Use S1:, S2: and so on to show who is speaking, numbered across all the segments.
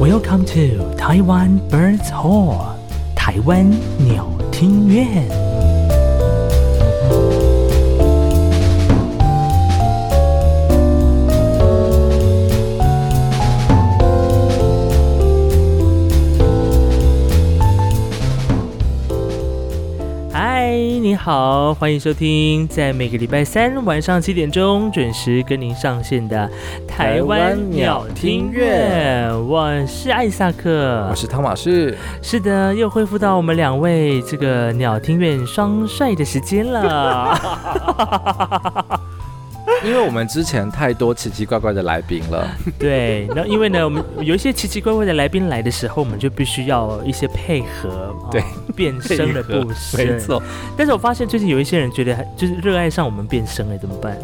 S1: Welcome to Taiwan Birds Hall，台湾鸟听院。嗨，你好，欢迎收听在每个礼拜三晚上七点钟准时跟您上线的台湾鸟听院，呃我是艾萨克，
S2: 我是汤 马士，
S1: 是的，又恢复到我们两位这个鸟听院双帅的时间 了。
S2: 因为我们之前太多奇奇怪怪的来宾 了，
S1: 对，那因为呢，我们有一些奇奇怪怪的来宾来的时候，我们就必须要一些配合，哦
S2: 对，
S1: 变声的 部分。
S2: 没。错。
S1: 但是我发现最近有一些人觉得，就是热爱上我们变声了，怎么办？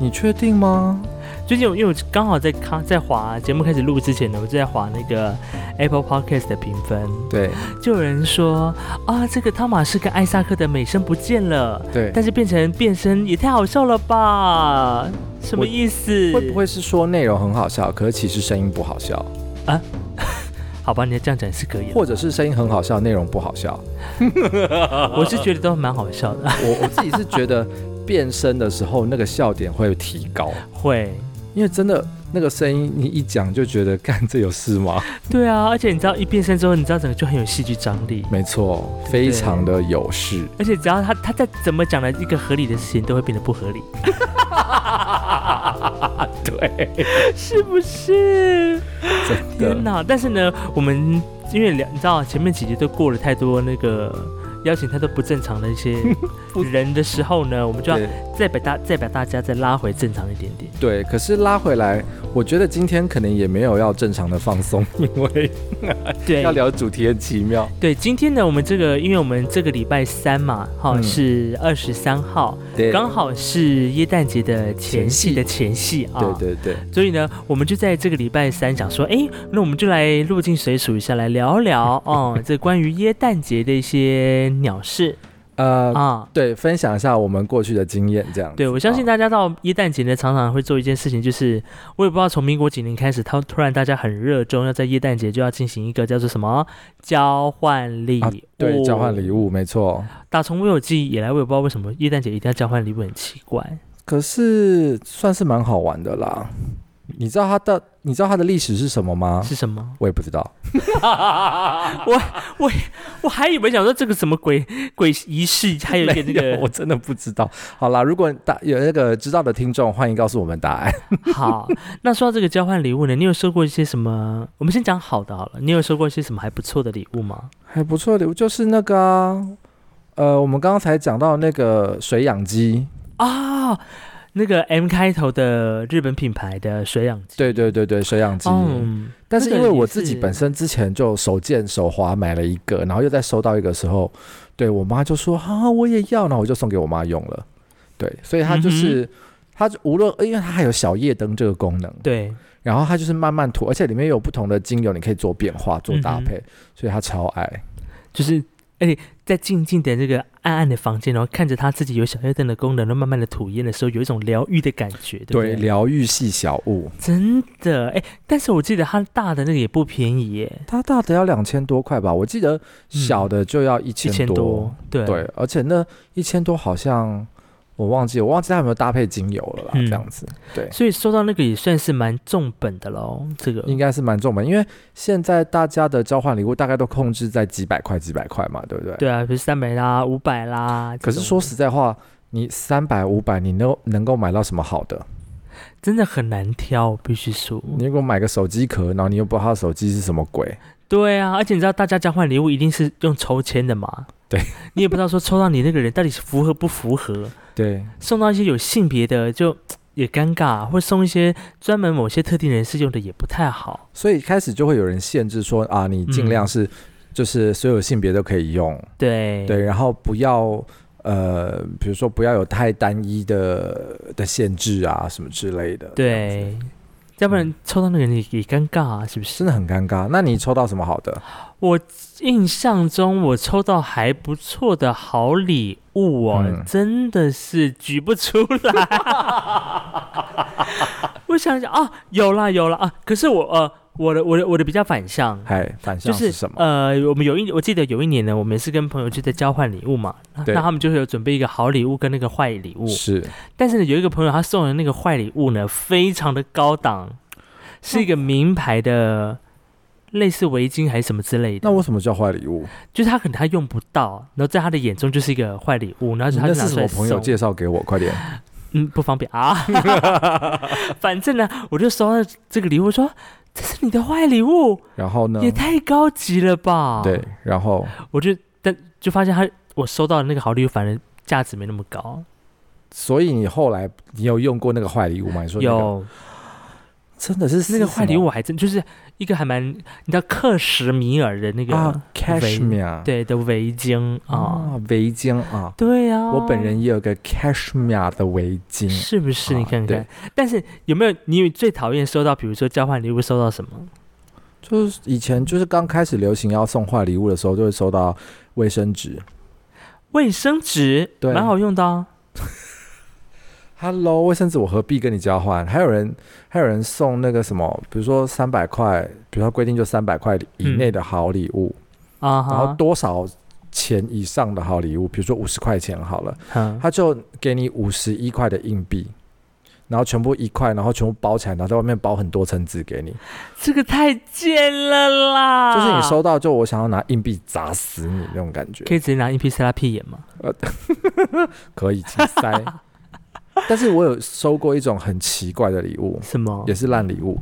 S2: 你确定吗？
S1: 最近我因为我刚好在看在滑节目开始录之前呢，我就在滑那个 Apple Podcast 的评分，
S2: 对
S1: 就有人说啊，这个汤马士跟艾萨克的美声不见了。
S2: 对，
S1: 但是变成变身也太好笑了吧？什么意思？
S2: 会不会是说内容很好笑，可是其实声音不好笑，
S1: 好吧？你要这样讲也是可以的。
S2: 或者是声音很好笑，内容不好笑？
S1: 我是觉得都蛮好笑 的，
S2: 我我自己是觉得变声的时候那个笑点会提高，
S1: 会。
S2: 因为真的那个声音你一讲就觉得，干这有事吗？
S1: 对啊，而且你知道一变身之后，你知道整个就很有戏剧张力。
S2: 没错，非常的有事。
S1: 而且只要他他再怎么讲的一个合理的事情，都会变得不合 理，
S2: 对，
S1: 是不是？
S2: 真
S1: 天
S2: 的。
S1: 哪！但是呢，我们因为两你知道前面几集都过了太多那个邀请太多不正常的一 些
S2: 不
S1: 人的时候呢，我们就要
S2: 对
S1: 再把大再把大家再拉回正常一点点。
S2: 对，可是拉回来，我觉得今天可能也没有要正常的放松，因为
S1: 对，
S2: 要聊主题很奇妙。
S1: 对，今天呢，我们这个，因为我们这个礼拜三嘛，哈、
S2: 嗯
S1: 是二十三号，
S2: 对
S1: 刚好是耶诞节的前夕
S2: 前夕
S1: 的前夕啊。
S2: 对对对，
S1: 所以呢，我们就在这个礼拜三想说，哎，那我们就来入境水数一下，来聊聊哦，这关于耶诞节的一些鸟事
S2: 呃，
S1: 啊。
S2: 对，分享一下我们过去的经验，这样子。
S1: 对，我相信
S2: 啊
S1: 大家到耶诞节呢，常常会做一件事情，就是我也不知道从民国几年开始，他突然大家很热衷要在耶诞节就要进行一个叫做什么交换礼物，
S2: 啊对交换礼物，没错。
S1: 打从我有记忆以来，我也不知道为什么耶诞节一定要交换礼物，很奇怪。
S2: 可是算是蛮好玩的啦。你知道它的，你知道它的历史是什么吗？
S1: 是什 么？
S2: 我也不知 道。
S1: 我还以为想说这个什么鬼鬼仪式，还有一个那
S2: 没有我
S1: 个
S2: 真的不知道。好啦，如果大有那个知道的听众，欢迎告诉我们答案。
S1: 好。那说到这个交换礼物呢，你有收过一些什么？我们先讲好的好了。你有收过一些什么还不错的礼物吗？
S2: 还不错的礼物就是那个啊、呃，我们刚才讲到那个水养鸡，
S1: 啊、那个 M 开头的日本品牌的水养机。
S2: 对对对对，水养鸡。
S1: 嗯，
S2: 但是
S1: 那
S2: 因
S1: 个
S2: 为
S1: 也
S2: 我自己
S1: 是
S2: 本身之前就手贱手滑买了一个，然后又在收到一个时候，对我妈就说啊我也要，然后我就送给我妈用了。对，所以它
S1: 嗯
S2: 就是、它无论因为它还有小夜灯这个功能，
S1: 对，
S2: 然后它就是慢慢涂，而且里面有不同的精油，你可以做变化做
S1: 嗯
S2: 搭
S1: 哼
S2: 配，所以它超爱。
S1: 就是。而且在静静的这个暗暗的房间，然后看着它自己有小夜灯的功能，然后慢慢的吐烟的时候，有一种疗愈的感觉，对不对？
S2: 疗愈系小物，
S1: 真的哎、但是我记得它大的那个也不便宜耶，
S2: 它大的要两千多块吧，我记得小的就要一
S1: 嗯一千
S2: 千多。，
S1: 对
S2: 对，而且那一千多好像我忘记，我忘记它有没有搭配精油了啦，
S1: 嗯
S2: 这样子。对，
S1: 所以收到那个也算是蛮重本的喽。这个
S2: 应该是蛮重本，因为现在大家的交换礼物大概都控制在几百块、几百块嘛，对不对？。
S1: 对啊，比如三百啦、五百啦，
S2: 可是
S1: 这种
S2: 说实在话，你三百、五百，你能能够买到什么好的？
S1: 真的很难挑，我必须说。
S2: 你如果买个手机壳，然后你又不知道它手机是什么鬼，
S1: 对啊，而且你知道大家交换礼物一定是用抽签的嘛？
S2: 对，
S1: 你也不知道说抽到你那个人到底是符合不符合，
S2: 对，
S1: 送到一些有性别的就也尴尬，或者送一些专门某些特定人士用的也不太好。
S2: 所以开始就会有人限制说啊，你尽量是、就是所有性别都可以用，
S1: 嗯对
S2: 对，然后不要呃，比如说不要有太单一的的限制啊，什么之类的。这样子，嗯
S1: 对，要不然抽到那个人也也尴尬啊，是不是？
S2: 真的很尴尬。那你抽到什么好的？
S1: 印象中我抽到还不错的好礼物哦，
S2: 嗯
S1: 真的是举不出 哦来。我想想啊，有啦有啦啊，可是我呃，我的我的我的比较反向，
S2: 哎，反
S1: 就
S2: 向
S1: 是
S2: 什么？
S1: 呃，我们有一我记得有一年呢，我们是跟朋友去在交换礼物嘛，那
S2: 对
S1: 那他们就会有准备一个好礼物跟那个坏礼物，
S2: 是
S1: 但是呢，有一个朋友他送的那个坏礼物呢，非常的高档，是一个名牌的。类似围巾还是什么之类的，
S2: 那为什么叫坏礼物？
S1: 就是他可能他用不到，然后在他的眼中就是一个坏礼物，然后
S2: 你
S1: 他
S2: 那
S1: 就拿
S2: 是什
S1: 出来
S2: 么朋友
S1: 送
S2: 介绍给我？快点！
S1: 嗯，不方便啊。 反正呢，我就收到这个礼物，说这是你的坏礼物，
S2: 然后呢？
S1: 也太高级了吧？
S2: 嗯对，，然后
S1: 我就但就发现他我收到的那个好礼物，反而价值没那么高。
S2: 所以你后来你有用过那个坏礼物吗？你说那个
S1: 有
S2: 真的是啊
S1: 那个坏礼物，啊
S2: 是
S1: 我还真就是一个还蛮，你知道克什米尔的那
S2: 什
S1: 个、
S2: 么啊，cashmere
S1: 对的围巾啊，
S2: 啊，围巾啊，
S1: 对呀、啊，
S2: 我本人也有个 cashmere 的围巾，
S1: 是不是？你
S2: 啊
S1: 看看，
S2: 对
S1: 但是有没有你最讨厌收到？比如说交换礼物收到什么？
S2: 就是以前就是刚开始流行要送坏礼物的时候，就会收到卫生纸。
S1: 卫生纸，
S2: 对
S1: 蛮好用的、啊。
S2: Hello，卫生纸我何必跟你交换？还有人还有人送那个什么，比如说三百块，比如说规定就三百块以
S1: 嗯
S2: 内的好礼物，
S1: 啊哈，
S2: 然后多少钱以上的好礼物，比如说五十块钱好了，
S1: 嗯
S2: 他就给你五十一块的硬币，然后全部一块，然后全部包起来，然后在外面包很多层纸给你，
S1: 这个太贱了啦！
S2: 就是你收到就我想要拿硬币砸死你那种感觉，
S1: 可以直接拿硬币塞他屁眼吗？
S2: 可以去塞。但是我有收过一种很奇怪的礼物，
S1: 什么
S2: 也？是烂礼物，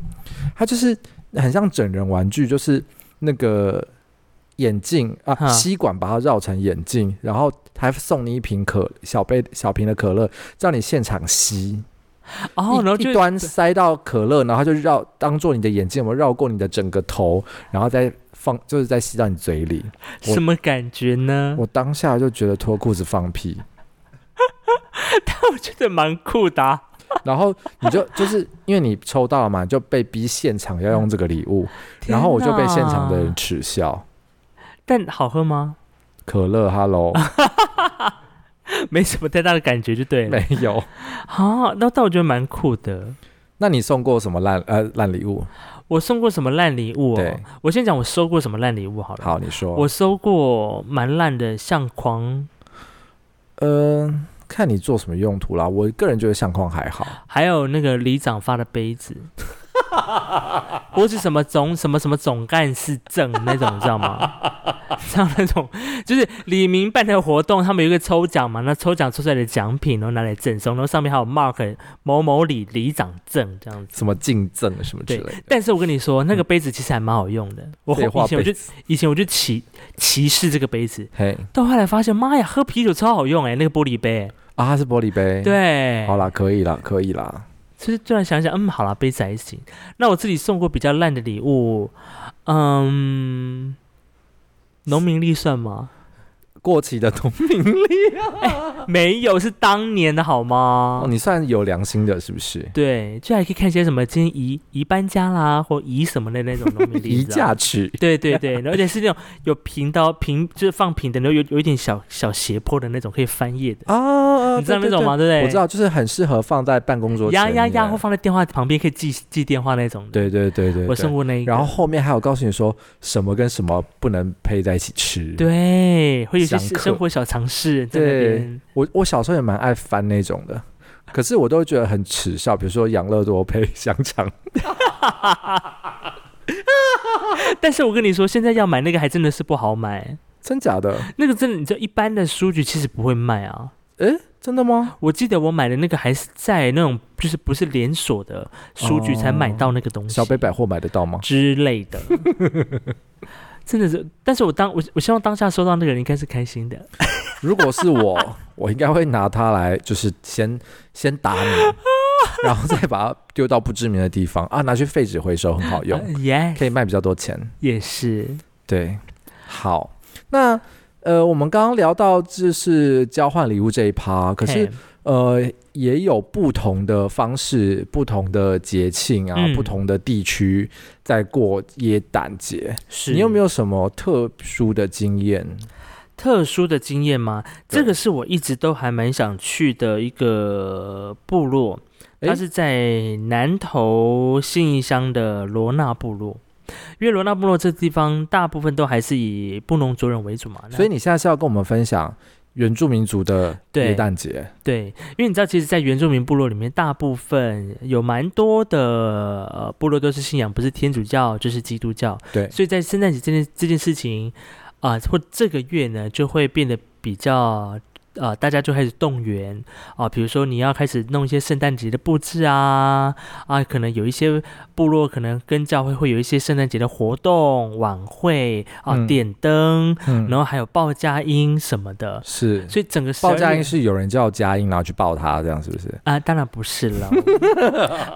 S2: 它就是很像整人玩具，就是那个眼镜
S1: 哈
S2: 啊，吸管把它绕成眼镜，然后还送你一瓶可小杯小瓶的可乐，叫你现场吸，
S1: 哦，然后
S2: 一
S1: 就
S2: 一端塞到可乐，然后它就绕当做你的眼镜，有没有绕过你的整个头，然后再放就是再吸到你嘴里。我
S1: 什么感觉呢？
S2: 我当下就觉得脱裤子放屁，
S1: 我觉得蛮酷的啊、
S2: 然后你就就是因为你抽到了嘛，你就被逼现场要用这个礼物，
S1: 嗯天
S2: 然后我就被现场的
S1: 哪
S2: 人耻笑。
S1: 但好喝吗？
S2: 可乐，Hello，
S1: 啊没什么太大的感觉，就对了。
S2: 没有。
S1: 啊，那但我觉得蛮酷的。
S2: 那你送过什么烂呃烂礼物？
S1: 我送过什么烂礼物、哦
S2: 对？
S1: 我先讲我收过什么烂礼物好了。
S2: 好，你说。
S1: 我收过蛮烂的相框，
S2: 呃，看你做什么用途啦。我个人觉得相框还好。
S1: 还有那个里长发的杯 子，我是什么总什么什么总干事证那种，你知道吗？ 像那种就是李明办的活动，他们有一个抽奖嘛，那抽奖抽出来的奖品，然后拿来赠送，然后上面还有 mark 某某里里长证这样子。
S2: 什么敬赠什么之类的，
S1: 但是我跟你说，那个杯子其实还蛮好用的。我
S2: 废
S1: 以
S2: 话
S1: 前我就
S2: 杯子
S1: 以前我就歧歧视这个杯子，
S2: 嘿
S1: 到后来发现，妈呀，喝啤酒超好用哎、那个玻璃杯。
S2: 啊，它是玻璃杯，，
S1: 对，
S2: 哎好啦，可以啦，可以啦。
S1: 其实突然想想，嗯，好啦，杯子还行。那我自己送过比较烂的礼物，嗯，农民历算吗？
S2: 过期的东西，
S1: 没有，是当年的好吗？
S2: 哦你算有良心的，是不是？
S1: 对，就还可以看一些什么今天移移搬家啦，或移什么的那种农民历，
S2: 移
S1: 你知道
S2: 嫁
S1: 吗。
S2: 娶，
S1: 对对对， 然后而且是那种有平刀平，就是放平的，然后有有一点小小斜坡的那种可以翻页的，
S2: 啊啊，
S1: 你知道
S2: 对
S1: 那种吗？？对不
S2: 对
S1: 对？
S2: 对我知。道，就是很适合放在办公桌前
S1: 呀
S2: 面。
S1: 呀呀，或放在电话旁边可以记记电话那种的。
S2: 对对对对，
S1: 我
S2: 对
S1: 送过那一个。
S2: 然后后面还有告诉你说什么跟什么不能配在一起吃。
S1: 对，会有一些
S2: 相
S1: 是
S2: 克
S1: 生活小常识在那
S2: 对
S1: 边。
S2: 我我小时候也蛮爱翻那种的，可是我都会觉得很耻笑，比如说养乐多配 香肠，
S1: 但是我跟你说，现在要买那个还真的是不好买，
S2: 真假的？
S1: 那个真的，你知道一般的书局其实不会卖啊。
S2: 诶，真的吗？
S1: 我记得我买的那个还是在那种就是不是连锁的书局才买到那个东西，
S2: 小北百货买得到吗？
S1: 之类 的。真的是，但是我当我我希望当下收到那个人应该是开心的，
S2: 如果是 我，我应该会拿它来，就是先先打你，然后再把它丢到不知名的地方啊，拿去废纸回收，很好用
S1: 呃， 耶、
S2: 可以卖比较多钱。
S1: 也是
S2: 对，好，那呃，我们刚刚聊到就是交换礼物这一趴，可是
S1: 嘿
S2: 呃，也有不同的方式、不同的节庆啊、
S1: 嗯
S2: 不同的地区在过耶诞节。
S1: 是
S2: 你有没
S1: 有
S2: 有什么特殊的经验？
S1: 特殊的经验吗？
S2: 对
S1: 这个是我一直都还蛮想去的一个部落，
S2: 诶
S1: 它是在南投信义乡的罗纳部落。因为罗纳部落这地方大部分都还是以布农族人为主嘛，那
S2: 所以你现在是要跟我们分享原住民族的
S1: 对
S2: 耶诞节，
S1: 对，因为你知道，其实，在原住民部落里面，大部分有蛮多的呃部落都是信仰不是天主教就是基督教，
S2: 对
S1: 所以在圣诞节这件这件事情啊、或这个月呢，就会变得比较。呃，大家就开始动员啊、比如说你要开始弄一些圣诞节的布置啊，啊，可能有一些部落可能跟教会会有一些圣诞节的活动、晚会啊、
S2: 嗯
S1: 点灯，
S2: 嗯，
S1: 然后还有报佳音什么的，
S2: 是
S1: 所以整个12
S2: 报
S1: 月
S2: 佳音是有人叫佳音，然后去报他，这样是不是？
S1: 啊，当然不是了。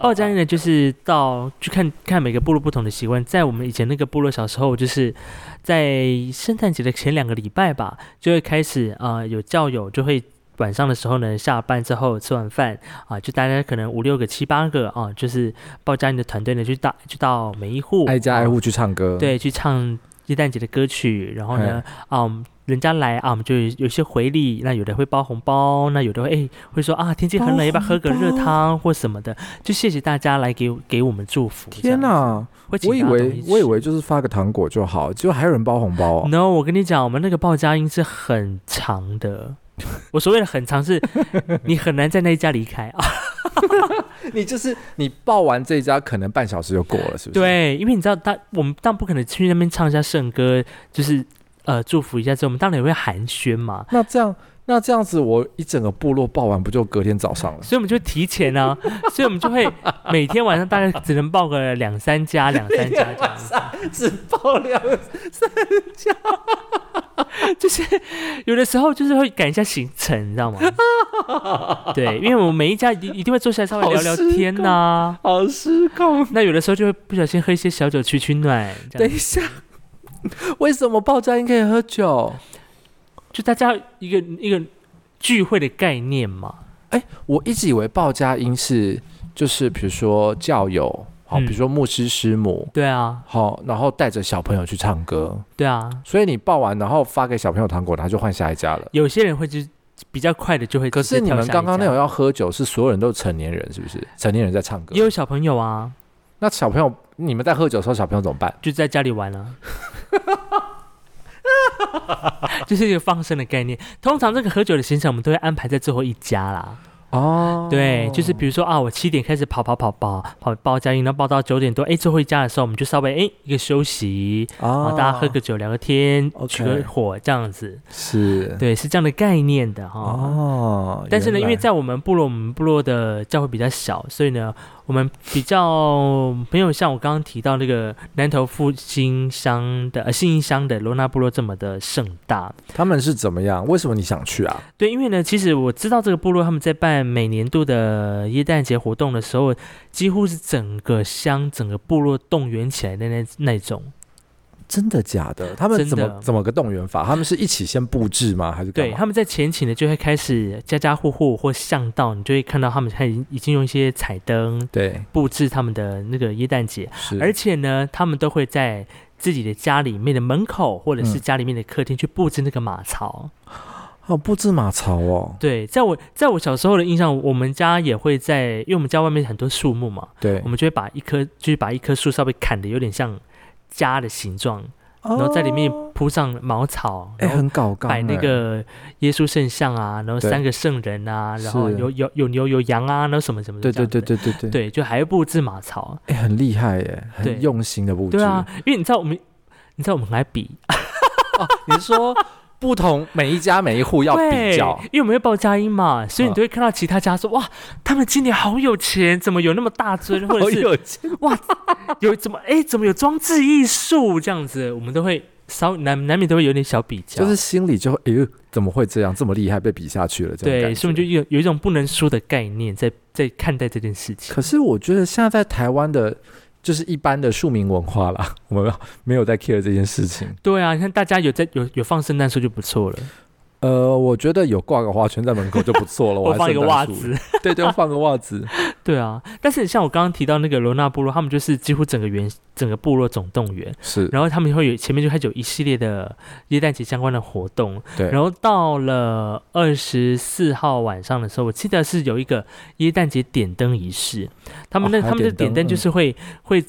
S1: 报佳音呢，就是到去看看每个部落不同的习惯。在我们以前那个部落，小时候就是在圣诞节的前两个礼拜吧，就会开始啊、呃有教友就会。晚上的时候呢，下班之后吃完饭啊，就大家可能五六个、七八个啊，就是报佳音的团队呢，就到就到每一户
S2: 挨家
S1: 啊
S2: 挨户去唱歌，，
S1: 对，去唱耶诞节的歌曲，然后呢，啊，我们人家来啊，我们就有有些回礼，那有的会包红包，那有的会哎、会说啊，天气很冷，要不要喝个热汤或什么的，就谢谢大家来给我给我们祝福。这样
S2: 天
S1: 子，
S2: 哪！
S1: 会请
S2: 我以
S1: 大家东
S2: 为
S1: 西吃
S2: 我以为就是发个糖果就好，结果还有人包红包 哦。
S1: ，no，我跟你讲，我们那个报佳音是很长 的。我所谓的很长是，你很难在那一家离开啊。
S2: 你就是你报完这一家，可能半小时就过了，是不是？，
S1: 对，因为你知道，当我们当然不可能去那边唱一下圣歌，就是呃祝福一下之后，我们当然也会寒暄嘛。
S2: 那这样那这样子，我一整个部落报完，不就隔天早上 了？
S1: 所以我们就提前 啊，所以我们就会每天晚上大概只能报个两三家、 两三家这样子，
S2: 只报两
S1: 就是有的时候就是会赶一下行程，你知道 吗？对，因为我们每一家一定一定会坐下来稍微聊聊天呐、
S2: 好失控。
S1: 那有的时候就会不小心喝一些小酒取取暖，这
S2: 等
S1: 样
S2: 一下， 为什么报佳音可以喝酒？
S1: 就大家一个一个聚会的概念嘛。
S2: 我一直以为报佳音是就是比如说教友，好，
S1: 嗯
S2: 比如说牧师师母。
S1: 对啊，
S2: 好，然后带着小朋友去唱歌，
S1: 对啊，
S2: 所以你报完，然后发给小朋友糖果，他就换下一家了。
S1: 有些人会就比较快的就会
S2: 可
S1: 直接
S2: 是你
S1: 跳
S2: 们
S1: 下一
S2: 刚刚那
S1: 家
S2: 种要喝酒，是所有人都是成年人，是不是？成年人在唱歌
S1: 也，有小朋友啊，
S2: 那小朋友你们在喝酒的时候，小朋友怎么办？
S1: 就在家里玩啊。 就是一个放生的概念。通常这个喝酒的行程，我们都会安排在最后一家啦。
S2: 哦，
S1: 对，就是比如说啊，我七点开始跑跑跑跑跑报佳音，然后报到九点多，哎，最后一家的时候，我们就稍微哎一个休息，然
S2: 啊
S1: 后大家喝个酒聊个天，
S2: OK
S1: 取个火这样子。
S2: 是
S1: 对，是这样的概念的哈。
S2: 哦，
S1: 但是呢，
S2: 原
S1: 因
S2: 来
S1: 为在我们部落，我们部落的教会比较小，所以呢，我们比较没有像我刚刚提到那个南投复兴乡的呃信义乡的罗纳部落这么的盛大。
S2: 他们是怎么样？为什么你想去啊？
S1: 对，因为呢，其实我知道这个部落他们在办每年度的耶诞节活动的时候，几乎是整个乡、整个部落动员起来的那那种。
S2: 真的假的？他们
S1: 真的
S2: 怎么怎么个动员法？他们是一起先布置吗？还是干
S1: 对，
S2: 嘛？
S1: 他们在前期呢就会开始家家户户或巷道，你就会看到他们开始已经用一些彩灯
S2: 对，
S1: 布置他们的那个耶诞节。
S2: 是，
S1: 而且呢，他们都会在自己的家里面的门口，或者是
S2: 嗯
S1: 家里面的客厅去布置那个马槽。
S2: 哦，布置马槽哦，
S1: 对，在我在我小时候的印象，我们家也会在，因为我们家外面很多树木嘛，
S2: 对
S1: 我，们就会把一棵就是把一棵树稍微砍的有点像家的形状，
S2: 然
S1: 然后在里面铺上茅草，
S2: 哦哎，
S1: 然后
S2: 很搞纲，
S1: 摆那
S2: 哎
S1: 个耶稣圣像啊，然后
S2: 对
S1: 三个圣人啊，然后
S2: 是
S1: 有有有牛有羊啊，然后什么什么的
S2: 对
S1: 这样
S2: 对
S1: 子，
S2: 对对对对，
S1: 对，就还布置马槽。
S2: 哎，很厉害耶，
S1: 对
S2: 很用心的布置。
S1: 对啊，因为你知道我们，你知道我们很爱比
S2: 哦，你是说不同每一家每一户要比
S1: 对，
S2: 较？
S1: 因为我们会报佳音嘛，所以你
S2: 嗯
S1: 都会看到其他家说、哇，他们今年好有钱，怎么有那么大尊，或者 是
S2: 钱，
S1: 有怎么哎怎么有装置艺术这样子，我们都会稍难难免都会有点小比较，
S2: 就是心里就会哎呦，怎么会这样这么厉害，被比下去了？这种
S1: 对，
S2: 感
S1: 所以我们就
S2: 觉
S1: 有有一种不能输的概念在在看待这件事情。
S2: 可是我觉得现在在台湾的，就是一般的庶民文化啦， 我们没有在 care 这件事情。
S1: 对啊，你看大家有在有有放圣诞树就不错了，
S2: 呃，我觉得有挂个花圈在门口就不错了，我
S1: 或
S2: 还
S1: 放一个
S2: 圣
S1: 袜
S2: 诞树
S1: 子，
S2: 对对，放个袜子，
S1: 对啊。但是像我刚刚提到那个罗纳部落，他们就是几乎整个园整个部落总动员，
S2: 是
S1: 然后他们会有前面就开始有一系列的耶诞节相关的活动，
S2: 对，
S1: 然后到了二十四号晚上的时候，我记得是有一个耶诞节点灯仪式，他们那、
S2: 哦还
S1: 他们的
S2: 点
S1: 点灯
S2: 灯
S1: 就是会、会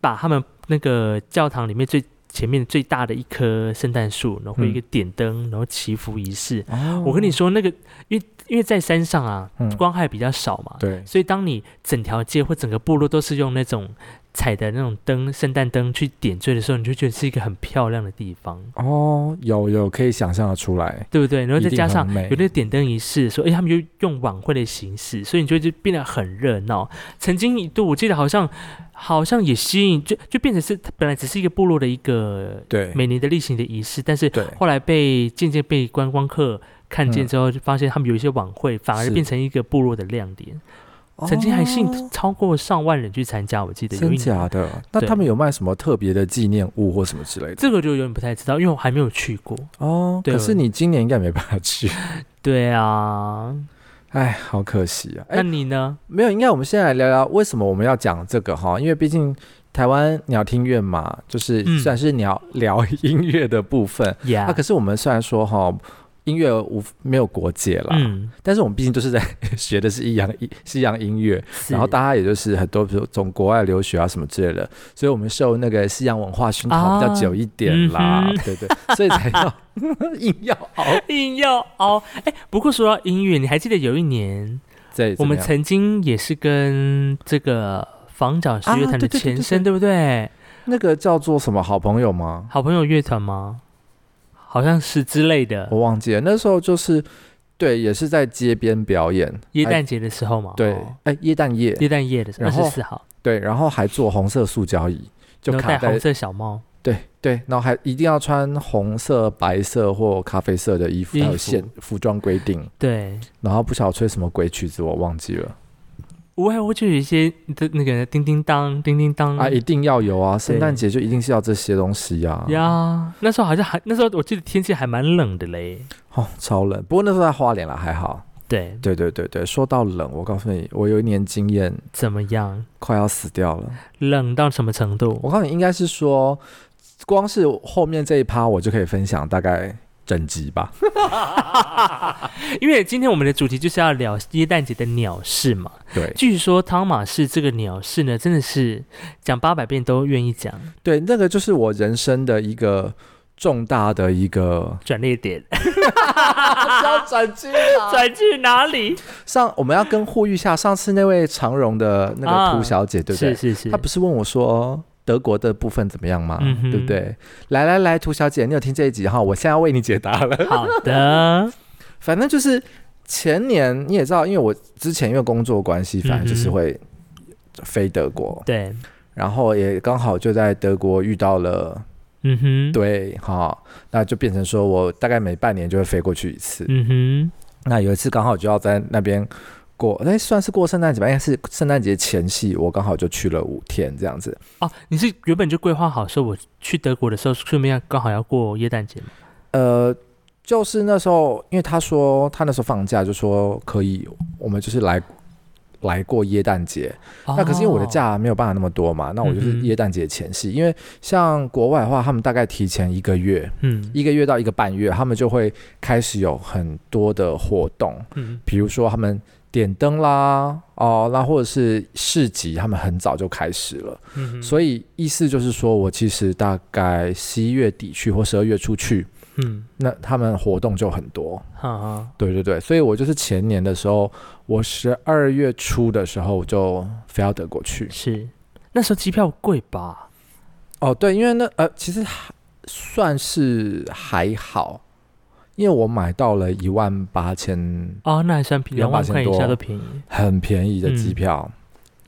S1: 把他们那个教堂里面最前面最大的一棵圣诞树，然后会有一个点灯，然后祈福仪式。
S2: 嗯哦
S1: 我跟你，说，那个因为因为在山上啊，
S2: 嗯
S1: 光害比较少嘛，
S2: 对，
S1: 所以当你整条街或整个部落都是用那种彩的那种灯，圣诞灯去点缀的时候，你就觉得是一个很漂亮的地方。
S2: 哦，有有可以想象的出来，
S1: 对不对？然后
S2: 一
S1: 再
S2: 定
S1: 加
S2: 很
S1: 上
S2: 美
S1: 有那个点灯仪式，说，哎，他们就用晚会的形式，所以你就就变得很热闹。曾经一度，我记得好像好像也吸引，就就变成是本来只是一个部落的一个
S2: 对
S1: 每年的例行的仪式，但是
S2: 对，
S1: 后来被渐渐被观光客看见
S2: 嗯
S1: 之后，就发现他们有一些晚会反而
S2: 是
S1: 变成一个部落的亮点。曾经还信
S2: 哦
S1: 超过上万人去参加，我记得有
S2: 真
S1: 一年
S2: 假。的？那
S1: 对
S2: 他们有卖什么特别的纪念物或什么之类的？
S1: 这个就有点不太知道，因为我还没有去过。
S2: 哦，
S1: 对
S2: 可是你今年应该没办法去，
S1: 对啊，
S2: 哎，好可惜啊！
S1: 那
S2: 哎，
S1: 你呢？
S2: 没有，应该我们先来聊聊为什么我们要讲这个哈，因为毕竟台湾鸟听院嘛，就是
S1: 嗯
S2: 算是聊、聊音乐的 部分。
S1: 呀、
S2: 啊，可是我们虽然说哈，音乐无没有国界啦，
S1: 嗯，
S2: 但是我们毕竟都是在 学的是西洋西洋音乐，
S1: 是
S2: 然后大家也就是很多，比如从国外留学啊什么之类的，所以我们受那个西洋文化熏陶比较久一点啦，
S1: 啊嗯哼
S2: 对对，所以才要 硬要熬
S1: 硬要熬。哎、不过说到音乐，你还记得有一年
S2: 这
S1: 我们
S2: 才
S1: 曾经也是跟这个房角石乐团的
S2: 啊对对对
S1: 前身，
S2: 对
S1: 对不对？
S2: 那个叫做什么好朋友吗？
S1: 好朋友乐团吗？好像是之类的
S2: 我，忘记了，那时候就是对，也是在街边表演，
S1: 耶
S2: 哎
S1: 诞节的时候嘛。
S2: 对
S1: 哦，
S2: 哎耶诞夜
S1: 耶诞夜的时候，二
S2: 然后
S1: 十四号，
S2: 对，然后还做红色塑胶椅，就
S1: 然后
S2: 卡
S1: 戴
S2: 在
S1: 红色小帽，
S2: 对对，然后还一定要穿红色、白色或咖啡色的衣服，还有
S1: 衣
S2: 限服装规定。
S1: 对。
S2: 然后不晓得吹什么鬼曲子，我忘记了、
S1: 无外乎就有一些的那个叮叮当，叮叮当
S2: 啊，一定要有啊！圣诞
S1: 嗯对
S2: 节就一定是要这些东西呀、啊。
S1: 呀。那时候好像还那时候我记得天气还蛮冷的嘞。
S2: 哦，超冷。不过那时候在花莲了，还好。
S1: 对，
S2: 对对对对，说到冷，我告诉你，我有一年经验
S1: 怎么样？
S2: 快要死掉了。
S1: 冷到什么程度？
S2: 我告诉你，应该是说，光是后面这一趴，我就可以分享大概整 集吧。
S1: 因为今天我们的主题就是要聊耶诞节的鸟事嘛。
S2: 对
S1: 据说汤马士这个鸟事呢，真的是讲八百遍都愿意讲，
S2: 对，那个就是我人生的一个重大的一个
S1: 转捩点
S2: 要转啊机 了。
S1: 转去哪里？
S2: 上我们要跟呼吁一下，上次那位长荣的那
S1: 啊
S2: 个涂小姐，对不对？
S1: 是是是
S2: 她，不是问我说德国的部分怎么样吗？
S1: 嗯哼
S2: 对不对？来来来，涂小姐，你有听这一集哈？我现在要为你解答 了。
S1: 好 的，
S2: 反正就是前年你也知道，因为我之前因为工作关系，反正就是
S1: 嗯哼
S2: 会飞德国，
S1: 对，
S2: 然后也刚好就在德国遇到了。
S1: 嗯哼，，
S2: 对，哈，那就变成说我大概每半年就会飞过去一次。
S1: 嗯
S2: 那有一次刚好就要在那边过，哎，算是过圣诞节吧，应该是圣诞节前夕，我刚好就去了五天这样子。
S1: 哼，哦，你是原本就规划好说我去德国的时候，顺便刚好要过耶诞节吗？
S2: 呃，就是那时候，因为他说他那时候放假就说可以，我们就是来。来过耶诞节，那可是因为我的
S1: 哦，
S2: 假没有办法那么多嘛，那我就是
S1: 嗯哼
S2: 耶诞节前夕。因为像国外的话，他们大概提前一个月，
S1: 嗯
S2: 一个月到一个半月，他们就会开始有很多的活动，
S1: 嗯，
S2: 比如说他们点灯啦，哦，那或者是市集，他们很早就开始了。
S1: 嗯哼
S2: 所以意思就是说我其实大概十一月底去或十二月初去，
S1: 嗯，
S2: 那他们活动就很多。
S1: 哈哈，
S2: 对对对，所以我就是前年的时候，我十二月初的时候我就飞到德国去。
S1: 是那时候机票贵吧？
S2: 哦，对，因为那呃，其实还算是还好，因为我买到了一万八千
S1: 哦，那还算便宜，两万块以
S2: 2800
S1: 下
S2: 多
S1: 都便宜。
S2: 很便宜的
S1: 嗯
S2: 机票，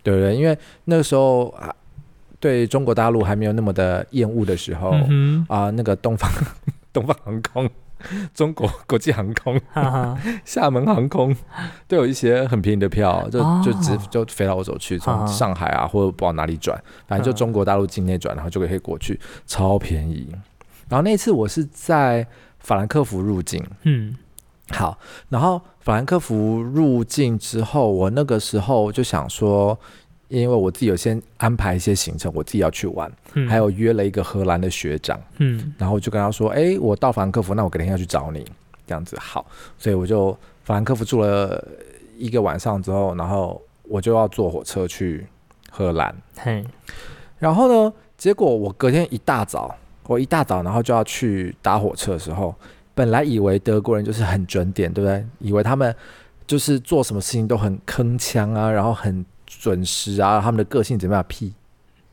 S2: 对不对？因为那个时候啊，对中国大陆还没有那么的厌恶的时候啊、
S1: 嗯
S2: 那个东方 东方航空、 中国国际航空、
S1: 哼，哈哈，
S2: 厦门航空都有一些很便宜的票，就、
S1: 哦
S2: 就直就飞到欧洲去，
S1: 啊
S2: 从上海啊或者不往哪里转，反正就
S1: 嗯
S2: 中国大陆境内转，然后就可以过去，超便宜。然后那次我是在法兰克福入境。
S1: 嗯
S2: 好，然后法兰克福入境之后，我那个时候就想说，因为我自己有先安排一些行程，我自己要去玩，
S1: 嗯，
S2: 还有约了一个荷兰的学长，
S1: 嗯
S2: 然后我就跟他说，哎，我到法兰克福，那我改天要去找你，这样子好，所以我就法兰克福住了一个晚上之后，然后我就要坐火车去荷兰，
S1: 嘿
S2: 然后呢，结果我隔天一大早，我一大早然后就要去搭火车的时候，本来以为德国人就是很准点，对不对？以为他们就是做什么事情都很铿锵啊，然后很准时啊，他们的个性怎么样？屁！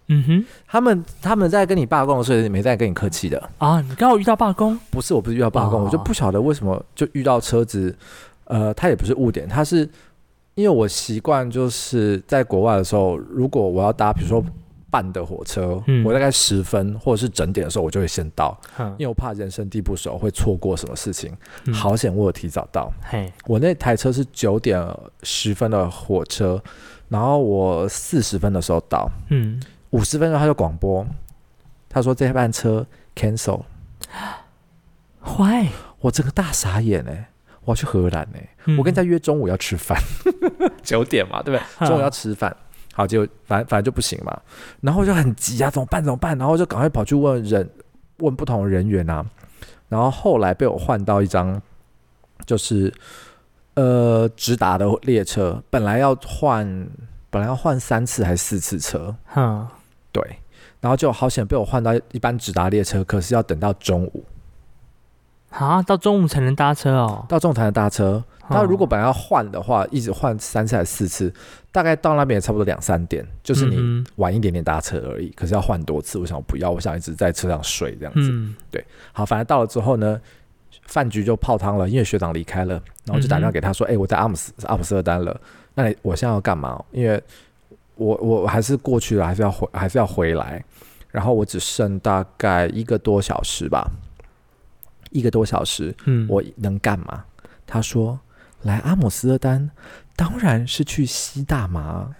S1: 嗯哼
S2: 他们他们在跟你罢工的时候，也没在跟你客气的。
S1: 啊，你刚好遇到罢工，
S2: 不是，我不是遇到罢工，
S1: 哦
S2: 我就不晓得为什么就遇到车子，呃，它也不是误点，它是因为我习惯就是在国外的时候，如果我要搭比如说半的火车，
S1: 嗯
S2: 我大概十分或者是整点的时候，我就会先到，
S1: 嗯
S2: 因为我怕人生地不熟会错过什么事情。
S1: 嗯
S2: 好险我有提早到，
S1: 嘿
S2: 我那台车是九点十分的火车，然后我四十分的时候到，
S1: 嗯
S2: 五十分钟他就广播，他说这班车 cancel。
S1: 坏，
S2: 我整个大傻眼哎、我要去荷兰哎、
S1: 嗯
S2: 我跟人家约中午要吃饭， 九点嘛，对不对？ 中午要吃饭，好，结果反正反正就不行嘛，然后我就很急啊，怎么办？怎么办？然后就赶快跑去问人，问不同人员啊，然后后来被我换到一张，就是呃直达的列车，本来要换，本来要换三次还是四次车，
S1: 嗯
S2: 对，然后就好险被我换到一班直达列车，可是要等到中午，
S1: 啊，到中午才能搭车哦。
S2: 到中午才能搭车，他
S1: 哦
S2: 如果本来要换的话，一直换三次还是四次，大概到那边也差不多两三点，就是你
S1: 嗯
S2: 晚一点点搭车而已。可是要换多次，我想我不要，我想一直在车上睡这样子。
S1: 嗯
S2: 好，反正到了之后呢，饭局就泡汤了，因为学长离开了，然后就打电话给他
S1: 嗯
S2: 说：“哎、我在阿姆斯阿姆斯特丹了，那你我现在要干嘛？因为我我我还是过去了，还是要回还是要回来，然后我只剩大概一个多小时吧，一个多小时，
S1: 嗯，
S2: 我能干嘛？他说：“来阿姆斯特丹，当然是去吸大麻。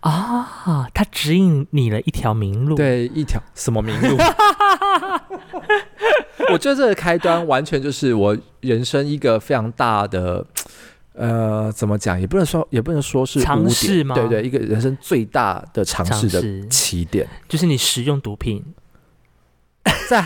S1: 啊，他指引你了一条明路。，
S2: 对，一条什么名路？ 我觉得这个开端完全就是我人生一个非常大的，呃，怎么讲？也不能说，也不能说是
S1: 尝
S2: 污点
S1: 试吗
S2: 对对，一个人生最大的尝
S1: 尝
S2: 试的
S1: 试
S2: 起点，
S1: 就是你食用毒品
S2: 在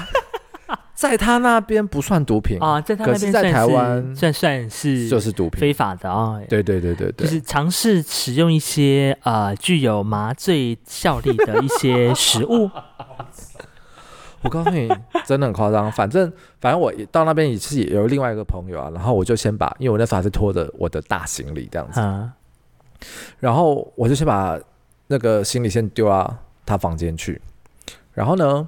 S2: 在他那边不算毒品，
S1: 啊，在他
S2: 可
S1: 那
S2: 是
S1: 边
S2: 在
S1: 算是
S2: 台湾
S1: 算算是
S2: 就是毒品。
S1: 非法的啊。
S2: 对对对对
S1: 就
S2: 对，
S1: 是尝试使用一些呃具有麻醉效力的一些食 物，
S2: 我告诉你，真的很夸张。反正反正我一到那边也是有另外一个朋友啊，然后我就先把，因为我那时候还是拖着我的大行李这样子，
S1: 嗯
S2: 然后我就先把那个行李先丢到他房间去。然后呢，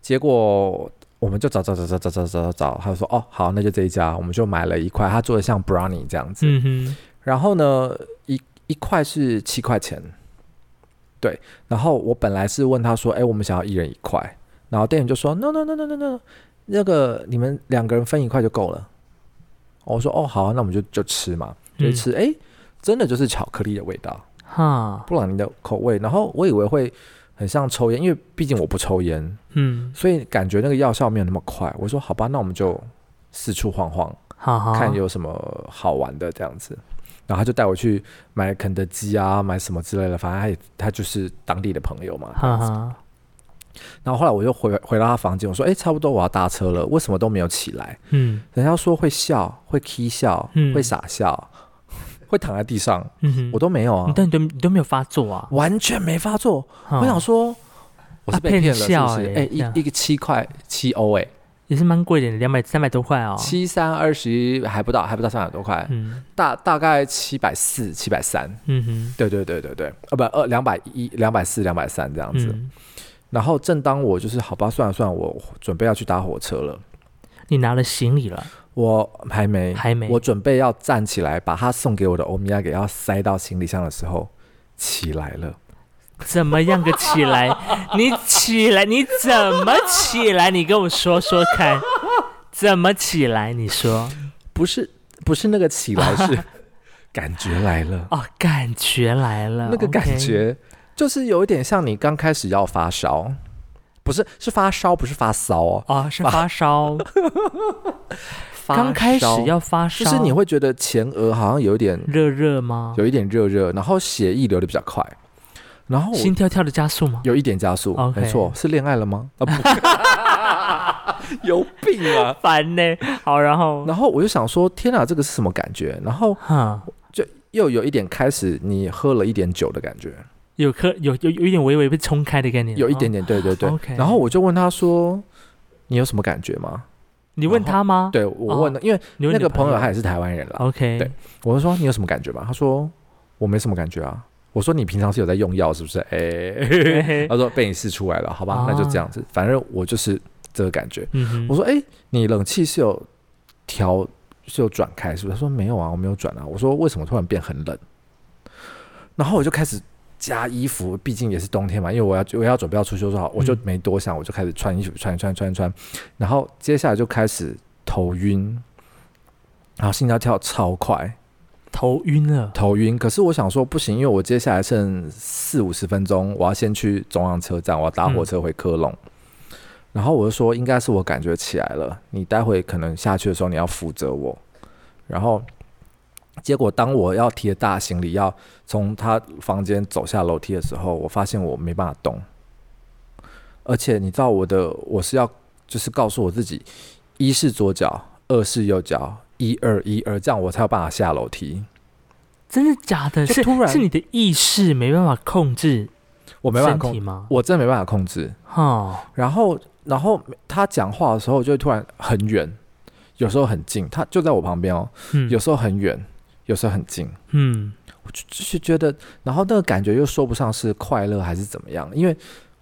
S2: 结果我们就找找找找找找找找找，他就说哦好，那就这一家，我们就买了一块，他做的像 brownie 这样子。
S1: 嗯哼，
S2: 然后呢，一一块是七块钱，对。然后我本来是问他说，哎，我们想要一人一块，然后店员就说，no no no no no no，那个你们两个人分一块就够了。我说，哦，好啊、那我们就就吃嘛，就
S1: 嗯
S2: 吃。哎、真的就是巧克力的味道，
S1: 哈，
S2: 布朗尼的口味。然后我以为会很像抽烟，因为毕竟我不抽烟，
S1: 嗯，
S2: 所以感觉那个药效没有那么快。我说，好吧，那我们就四处晃晃。
S1: 哈哈，
S2: 看有什么好玩的这样子。然后他就带我去买肯德基啊，买什么之类的，反正他也他就是当地的朋友嘛。
S1: 哈哈，
S2: 然后后来我又回回到他房间，我说：“哎、差不多我要搭车了，为什么都没有起来
S1: 嗯？”
S2: 人家说会笑，会 k 笑，
S1: 嗯
S2: 会傻笑，会躺在地上，
S1: 嗯哼，
S2: 我都没有啊
S1: 你，但你都你都没有发作啊？
S2: 完全没发作。
S1: 哈
S2: 我想说，我是被骗了，是
S1: 骗
S2: 不
S1: 笑
S2: 是？
S1: 欸
S2: 哎、
S1: 这样
S2: 一一个七块七欧，哎，
S1: 也是蛮贵的，两百三百多块哦。
S2: 七三二十一还不到，还不到三百多块，
S1: 嗯
S2: 大大概七百四、七百三。
S1: 嗯哼，
S2: 对对对对对，呃不二两百一、两百四、两百三这样子。
S1: 嗯，
S2: 然后正当我就是好吧，算了算了，我准备要去搭火车了，
S1: 你拿了行李了，
S2: 我还没，
S1: 还没？
S2: 我准备要站起来把他送给我的欧米亚给要塞到行李箱的时候，起来了。
S1: 怎么样个起来？你起来，你怎么起来？你跟我说说看，怎么起来？你说
S2: 不是不是那个起来 是感觉来了，
S1: 哦，感觉来了，
S2: 那个感
S1: OK
S2: 觉就是有一点像你刚开始要发烧，不是是发烧，不是发骚哦，
S1: 啊，是发烧，
S2: 发
S1: 刚开始
S2: 烧
S1: 要发烧，
S2: 就是你会觉得前额好像有一点
S1: 热热吗？
S2: 有一点热热，然后血液流的比较快，然后我
S1: 心跳跳的加速吗？
S2: 有一点加速
S1: OK
S2: 没错，是恋爱 了吗？ 啊不，有病啊！
S1: 烦呢、好，然后，
S2: 然后我就想说，天啊哪，这个是什么感觉？然后
S1: 哈，
S2: 又有一点开始你喝了一点酒的感觉，
S1: 有颗有有有一点微微被冲开的概念，
S2: 有一
S1: 哦
S2: 点点，对对对。
S1: OK
S2: 然后我就问他说：“你有什么感觉吗
S1: 你问他吗？”，
S2: 哦对我问他，因为
S1: 哦你问
S2: 那
S1: 你
S2: 个
S1: 的
S2: 朋
S1: 友哦
S2: 友他也是台湾人啦，
S1: OK，
S2: 对我就说你有什么感觉吗？他说我没什么感觉啊。我说你平常是有在用药是不是？哎、
S1: 嘿嘿
S2: 他说被你试出来了，好吧，
S1: 啊
S2: 那就这样子，反正我就是这个感觉。
S1: 嗯
S2: 我
S1: 哼，
S2: 说哎、你冷气是有调是有转开是不是？他说没有啊，我没有转啊。我说为什么突然变很冷？然后我就开始。加衣服，毕竟也是冬天嘛，因为我要我要准备要出去，我说好，我就
S1: 嗯
S2: 没多想，我就开始穿衣服，穿穿穿穿，然后接下来就开始头晕，然后心跳跳超快，
S1: 头晕了，
S2: 头晕，可是我想说不行，因为我接下来剩四五十分钟，我要先去中央车站，我要搭火车回科隆。然后我就说，应该是我感觉起来了，你待会可能下去的时候你要负责我。然后结果当我要提着大行李要从他房间走下楼梯的时候，我发现我没办法动，而且你知道我的我是要就是告诉我自己，一是左脚，二是右脚，一二一二，这样我才有办法下楼梯。
S1: 真的假的？
S2: 就是突然
S1: 是你的意识没办法控制
S2: 我没办法
S1: 身
S2: 控
S1: 体吗？
S2: 我真的没办法控制。
S1: 哈，
S2: 然后，然后他讲话的时候就会突然很远，有时候很近，他就在我旁边哦，
S1: 嗯，
S2: 有时候很远，有时候很近，
S1: 嗯，
S2: 我就就是觉得，然后那个感觉又说不上是快乐还是怎么样，因为。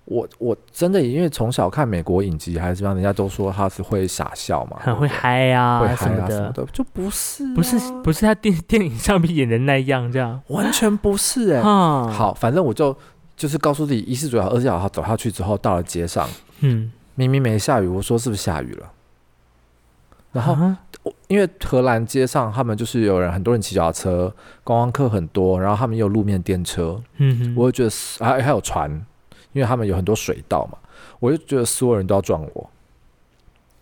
S2: 我我真的因为从小看美国影集还是让人家都说他是会傻笑嘛，
S1: 很会嗨呀、
S2: 会
S1: 什
S2: 嗨
S1: 么
S2: 啊什么
S1: 的，
S2: 的，就不是啊、
S1: 不是不是他电电影上面演的那样这样，
S2: 完全不是哎、
S1: 哈，，
S2: 好，反正我就就是告诉自己一是左脚二是右脚，走下去之后到了街上，
S1: 嗯，
S2: 明明没下雨，我说是不是下雨了？然后
S1: 啊
S2: 我因为荷兰街上他们就是有人很多人骑脚踏车，观光客很多，然后他们也有路面电车，
S1: 嗯哼，
S2: 我就觉得是还还有船，因为他们有很多水道嘛，我就觉得所有人都要撞我，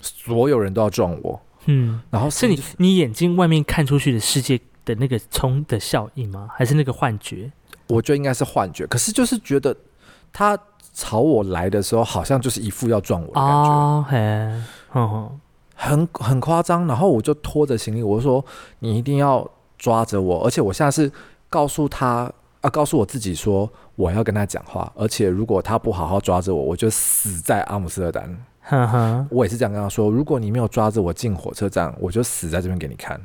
S2: 所有人都要撞我，
S1: 嗯，
S2: 然后
S1: 是
S2: 甚
S1: 你
S2: 至是
S1: 你眼睛外面看出去的世界的那个冲的效应吗？还是那个幻觉？
S2: 我觉得应该是幻觉，可是就是觉得他朝我来的时候，好像就是一副要撞我的感觉。
S1: 哦，嘿，哼哼，
S2: 很很夸张，然后我就拖着行李，我就说你一定要抓着我，而且我现在是告诉他啊，告诉我自己说我要跟他讲话，而且如果他不好好抓着我，我就死在阿姆斯特丹。
S1: 哼嗯哼，
S2: 我也是这样跟他说，如果你没有抓着我进火车站，我就死在这边给你看。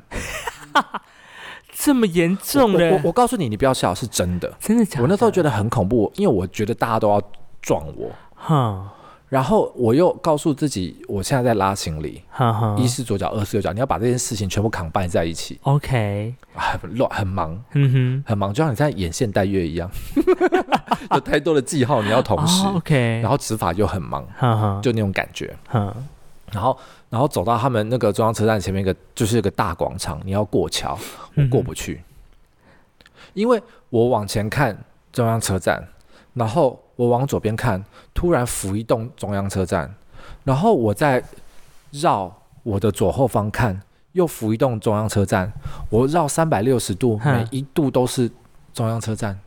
S1: 这么严重
S2: 我我
S1: 的，
S2: 我告诉你，你不要笑，是真的。
S1: 真的假的？
S2: 我那时候觉得很恐怖，因为我觉得大家都要撞我，
S1: 哼，
S2: 然后我又告诉自己，我现在在拉行李，
S1: 哼哼，
S2: 一是左脚，二是右脚，你要把这件事情全部扛掰在一起。啊
S1: OK，
S2: 很乱，很忙，
S1: 嗯
S2: 很忙，就像你在演现代乐一样， 有太多的记号你要
S1: 哼，
S2: 同时，
S1: 哦、OK，
S2: 然后指法又很忙，
S1: 哼哼，
S2: 就那种感觉。
S1: 哼，
S2: 然后，然后走到他们那个中央车站前面一个，就是一个大广场，你要过桥，我过不去，因为我往前看中央车站，然后我往左边看，突然浮一栋中央车站，然后我再绕我的左后方看，又浮一栋中央车站，我绕三百六十度，
S1: 哼
S2: 每一度都是中央车站。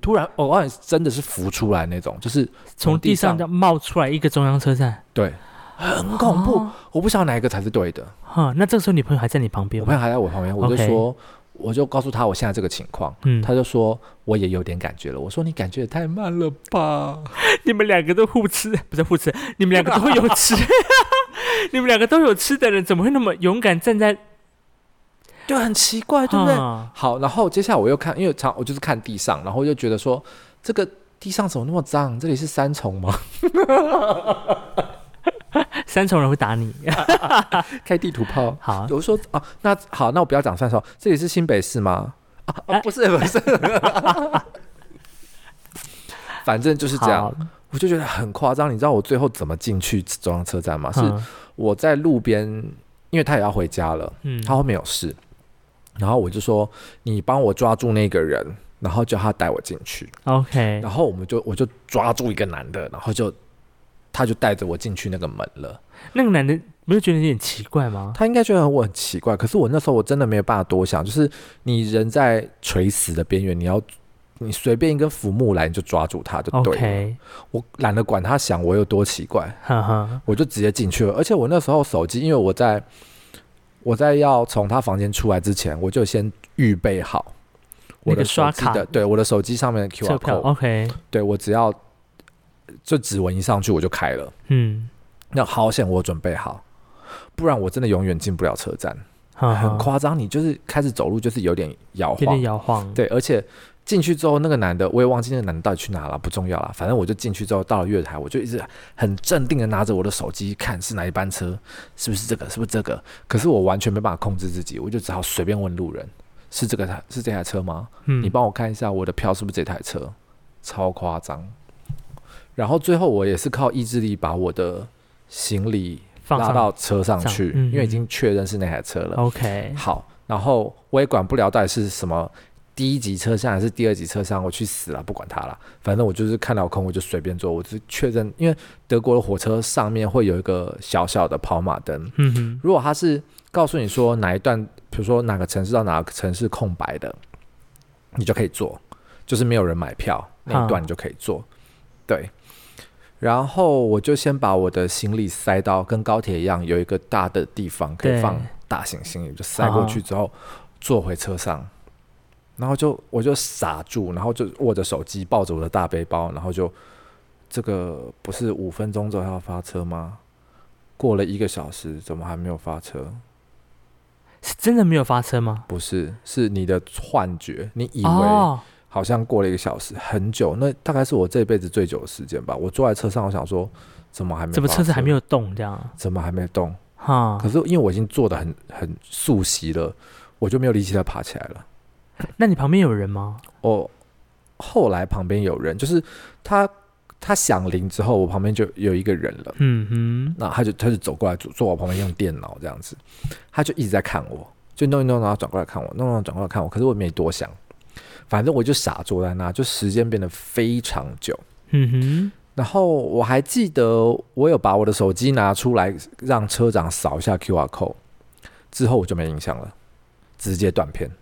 S2: 突然，我告诉你，真的是浮出来那种，就是
S1: 从地上
S2: 从地上
S1: 这样冒出来一个中央车站，
S2: 对，很恐怖。
S1: 哦
S2: 我不晓得哪一个才是对的。
S1: 哼，那这个时候你朋友还在你旁边
S2: 我朋
S1: 吗？
S2: 友还在我旁边，我就
S1: OK
S2: 说我就告诉他我现在这个情况，
S1: 嗯，
S2: 他就说我也有点感觉了。我说你感觉也太慢了吧？
S1: 你们两个都互吃， 不是互吃，你们两个都有 吃，你们两个都有吃的人，怎么会那么勇敢站在，
S2: 就很奇怪，对不对？
S1: 哈
S2: 嗯好，然后接下来我又看，因为常我就是看地上，然后我就觉得说这个地上怎么那么脏？这里是三重吗？
S1: 三重人会打 你。
S2: 开地图炮。
S1: 好，
S2: 我说啊，那好，那我不要讲三重，这里是新北市吗？啊， 啊不是不是，反正就是这样
S1: 好，，
S2: 我就觉得很夸张。你知道我最后怎么进去中央车站吗？是
S1: 嗯
S2: 我在路边，因为他也要回家了，
S1: 嗯，
S2: 他后面有事，然后我就说你帮我抓住那个人，然后叫他带我进去，
S1: ，OK，
S2: 然后我们就我就抓住一个男的，然后就他就带着我进去那个门了。
S1: 那个男的没有觉得有点奇怪吗？
S2: 他应该觉得我很奇怪，可是我那时候我真的没有办法多想，就是你人在垂死的边缘，你要你随便一根浮木来你就抓住它就对啊了
S1: OK，
S2: 我懒得管他想我有多奇怪，
S1: 哈哈，
S2: 我就直接进去了。而且我那时候手机，因为我在我在要从他房间出来之前，我就先预备好我
S1: 那个
S2: 的手
S1: 刷
S2: 机
S1: 卡
S2: 的，对我的手机上面的
S1: 车
S2: QR
S1: 票哦
S2: code，
S1: OK，
S2: 对我只要就指纹一上去我就开了。
S1: 嗯，
S2: 那好险我有准备好，不然我真的永远进不了车站，
S1: 啊哈
S2: 很
S1: 哈，
S2: 夸张。你就是开始走路就是有点摇
S1: 有点
S2: 晃，
S1: 摇晃，
S2: 对，而且。进去之后，那个男的我也忘记那个男的到底去哪了，不重要了。反正我就进去之后，到了月台，我就一直很镇定的拿着我的手机看是哪一班车，是不是这个，是不是这个？可是我完全没办法控制自己，我就只好随便问路人：是这个台是这台车吗？
S1: 嗯，
S2: 你帮我看一下我的票是不是这台车？超夸张。然后最后我也是靠意志力把我的行李
S1: 放
S2: 拉
S1: 上
S2: 到车上
S1: 上
S2: 去，
S1: 嗯
S2: 因为已经确认是那台车了。
S1: OK，
S2: 好，然后我也管不了到底是什么第一级车厢还是第二级车厢，我去死了，不管它了。反正我就是看到空我就随便坐，我只确认，因为德国的火车上面会有一个小小的跑马灯，
S1: 嗯哼，
S2: 如果它是告诉你说哪一段，比如说哪个城市到哪个城市空白的，你就可以坐，就是没有人买票那一段你就可以坐。对，然后我就先把我的行李塞到跟高铁一样有一个大的地方可以
S1: 对
S2: 放大型行李，就塞过去之后坐回车上。然后就我就傻住，然后就握着手机，抱着我的大背包，然后就这个不是五分钟之后要发车吗？过了一个小时，怎么还没有发车？
S1: 是真的没有发车吗？
S2: 不是，是你的幻觉，你以为
S1: 哦，
S2: 好像过了一个小时，很久，那大概是我这辈子最久的时间吧。我坐在车上，我想说，怎么还没？
S1: 怎么车子还没
S2: 有？
S1: 有动这样？
S2: 怎么还没动？
S1: 哈
S2: 可，是因为我已经坐的很很熟悉了，我就没有力气再爬起来了。
S1: 那你旁边有人吗？
S2: 我哦后来旁边有人，就是他他响铃之后，我旁边就有一个人了。
S1: 嗯
S2: 那他就他就走过来坐坐我旁边用电脑这样子，他就一直在看我，就弄一弄，然后转过来看我，弄一弄转过来看我，可是我也没多想，反正我就傻坐在那，就时间变得非常久。
S1: 哼，嗯
S2: 然后我还记得我有把我的手机拿出来让车长扫一下 QR code，之后我就没印象了，直接断片。
S1: 哼，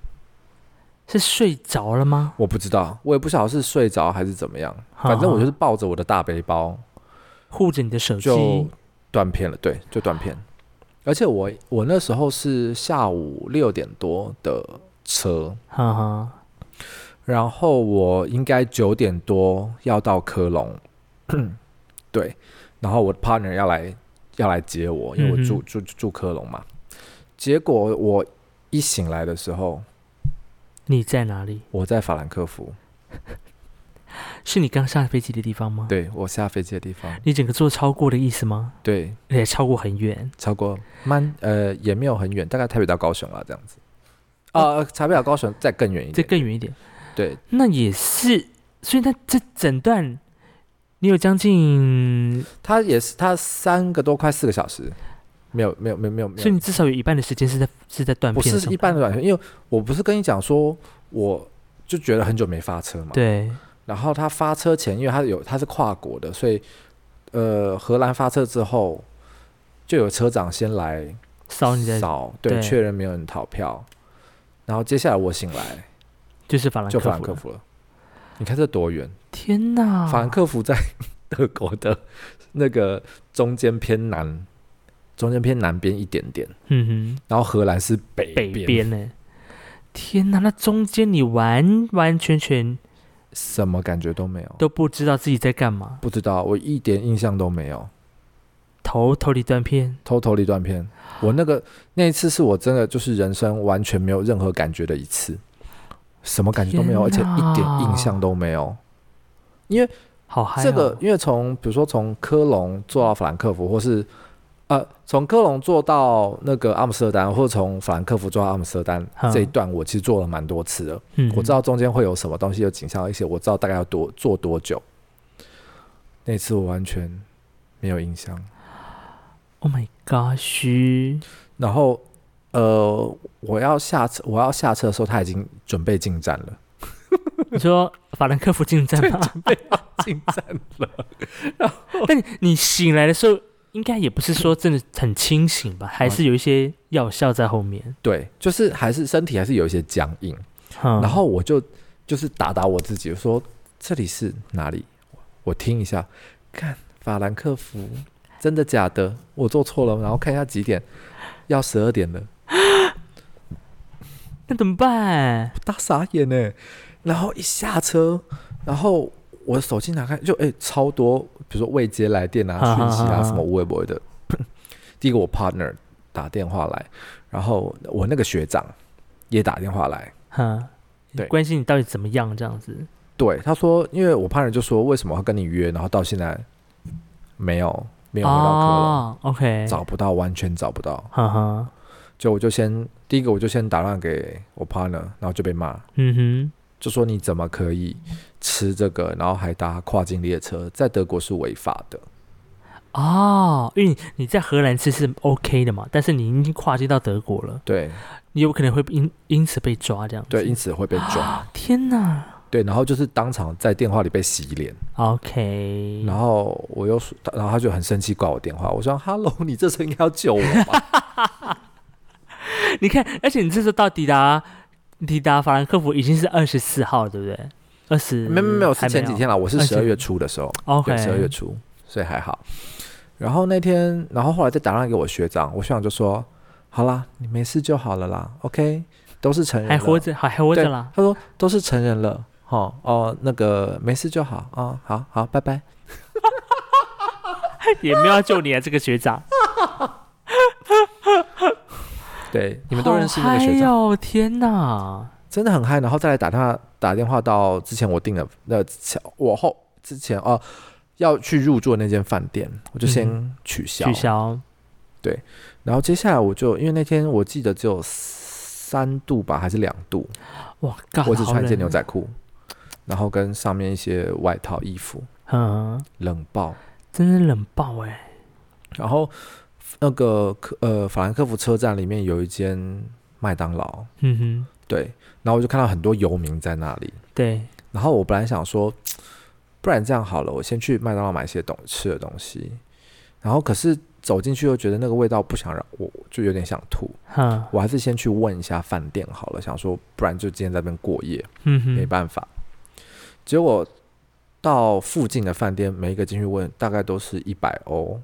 S1: 是睡着了吗？
S2: 我不知道，我也不晓得是睡着还是怎么样，反正我就是抱着我的大背包，
S1: 护着你的手
S2: 就
S1: 机，
S2: 断片了，对，就断片。而且我我那时候是下午六点多的车，
S1: 哈哈，
S2: 然后我应该九点多要到科隆， 对，然后我的 partner 要来要来接我，因为我住、
S1: 嗯
S2: 住住科隆嘛。结果我一醒来的时候，
S1: 你在哪里？
S2: 我在法兰克福，
S1: 是你刚下飞机的地方吗？
S2: 对我下飞机的地方，
S1: 你整个坐超过的意思吗？
S2: 对，
S1: 也超过很远，
S2: 超过蛮呃也没有很远，大概台北到高雄啊这样子，啊、台北到高雄再更远一
S1: 这
S2: 点，
S1: 哦更远一点。
S2: 对，
S1: 那也是，所以那这整段你有将近，
S2: 他也是他三个多快四个小时，没有没有没有没有没
S1: 所以
S2: 有，
S1: 你至少有一半的时间是在是在断
S2: 不
S1: 片
S2: 是
S1: 上
S2: 一般的短片，因为我不是跟你讲说我就觉得很久没发车嘛，
S1: 对，
S2: 然后他发车前，因为他有他是跨国的，所以呃荷兰发车之后就有车长先来
S1: 扫你的
S2: 扫，对，
S1: 对
S2: 确认没有人逃票，然后接下来我醒来
S1: 就是法兰
S2: 就
S1: 克福
S2: 法兰克
S1: 了。
S2: 福了，你看这多远？
S1: 天哪！
S2: 法兰克福在 德国的那个中间偏南，中间偏南边一点点。
S1: 嗯
S2: 然后荷兰是北
S1: 哼，北
S2: 边
S1: 边呢、天哪，那中间你完完全全
S2: 什么感觉都没有，
S1: 都不知道自己在干嘛，
S2: 不知道，我一点印象都没有，
S1: 头头里断片，
S2: 偷偷的一段片。我那个那一次是我真的就是人生完全没有任何感觉的一次，什么感觉都没有，而且
S1: 天哪
S2: 一点印象都没有。因为
S1: 好嗨、哦！
S2: 这个，因为从比如说从科隆坐到法兰克福，或是呃从科隆坐到那个阿姆斯特丹，或者从法兰克福坐到阿姆斯特丹、
S1: 嗯
S2: 这一段，我其实做了蛮多次的。
S1: 嗯
S2: 我知道中间会有什么东西有景象，而且我知道大概要多做多久。那次我完全没有印象。
S1: Oh my gosh！
S2: 然后，呃，我要下车，我要下车的时候，他已经准备进站了，
S1: 你说法兰克福进站吗？
S2: 进站了。然后
S1: 但你你醒来的时候，应该也不是说真的很清醒
S2: 嗯
S1: 吧，还是有一些药效在后面。
S2: 对，就是还是身体还是有一些僵硬。
S1: 嗯
S2: 然后我就就是打打我自己，我说这里是哪里？我听一下，看法兰克福，真的假的？我做错了吗，然后看一下几点，要十二点了，
S1: 那怎么办？
S2: 大傻眼呢。然后一下车，然后我手机拿开，就哎、超多，比如说未接来电啊、
S1: 啊
S2: 讯息
S1: 啊啊
S2: 啊什么微博的。第一个我 partner 打电话来，然后我那个学长也打电话来，
S1: 哈，
S2: 对
S1: 关心你到底怎么样这样子。
S2: 对，他说，因为我怕人就说为什么要跟你约，然后到现在没有没有回到科隆，
S1: 哦，OK，
S2: 找不到，完全找不到。
S1: 哈哈，
S2: 就我就先第一个我就先打电话给我 partner，然后就被骂，
S1: 嗯
S2: 就说你怎么可以吃这个，然后还搭跨境列车，在德国是违法的。
S1: 哼，哦，因为你在荷兰吃是 OK 的嘛，但是你已经跨境到德国了，
S2: 对
S1: 你有可能会因因此被抓这样子。
S2: 对，因此会被
S1: 啊
S2: 抓。
S1: 天哪
S2: 对，然后就是当场在电话里被洗脸，
S1: ，OK，
S2: 然后我又说，然后他就很生气挂我电话。我说：“Hello，你这时候应该要救我 吧？”
S1: 你看，而且你这时候到抵达抵达法兰克福已经是二十四号，对不对？二十
S2: 没有没有没有，是
S1: 还
S2: 前几天啦，我是
S1: 而
S2: 十
S1: 且
S2: 二月初的时候。
S1: OK，
S2: 对，十二月初，所以还好。然后那天，然后后来再打电话给我学长，我学长就说：“好啦，你没事就好了啦，OK，都是成人
S1: 还
S2: 了，
S1: 活着，还还活
S2: 对
S1: 着 啦。
S2: 他说：“都是成人了，哦哦，那个没事就好啊、哦好好，拜拜。
S1: 也没有要救你啊，这个学 长，
S2: 对，你们都认识那个
S1: 好
S2: 学
S1: 嗨
S2: 长，
S1: 哦，天哪！
S2: 真的很嗨。然后再来打电话，打电话到之前我订的那前我后之前哦要去入住的那间饭店，我就先取消。
S1: 嗯取消，
S2: 然后接下来我就因为那天我记得只有三度吧，还是两度，
S1: 哇靠！
S2: 我只穿一
S1: 啊好
S2: 件
S1: 冷
S2: 牛，仔裤，然后跟上面一些外套、衣服，
S1: 嗯，
S2: 冷爆。
S1: 真是冷爆哎。
S2: 然后那个克呃法兰克福车站里面有一间麦当劳，
S1: 嗯
S2: 对，然后我就看到很多游民在那里。
S1: 哼，对，
S2: 然后我本来想说，不然这样好了，我先去麦当劳买一些东吃的东西。然后可是走进去又觉得那个味道不想让我，就有点想吐。
S1: 哈，
S2: 我还是先去问一下饭店好了，想说不然就今天在那边过夜。
S1: 嗯哼，
S2: 没办法。结果到附近的饭店，每一个进去问，大概都是一百欧、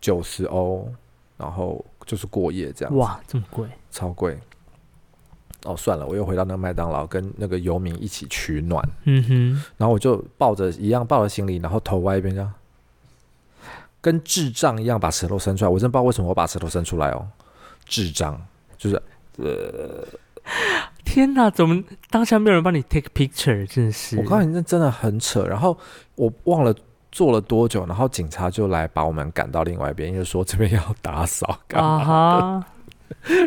S2: 九十欧，然后就是过夜这样子，
S1: 哇，这么贵，
S2: 超贵。哦，算了，我又回到那个麦当劳，跟那个游民一起取暖，
S1: 嗯
S2: 然后我就抱着一样抱着行李，然后头歪一边这样，跟智障一样把舌头伸出来。我真的不知道为什么我把舌头伸出来哦，智障就是
S1: 哼，天哪，怎么当下没有人帮你 take picture？真是，
S2: 我告诉你，那真的很扯。然后我忘了做了多久，然后警察就来把我们赶到另外一边，因为说这边要打扫干嘛。
S1: 啊哈，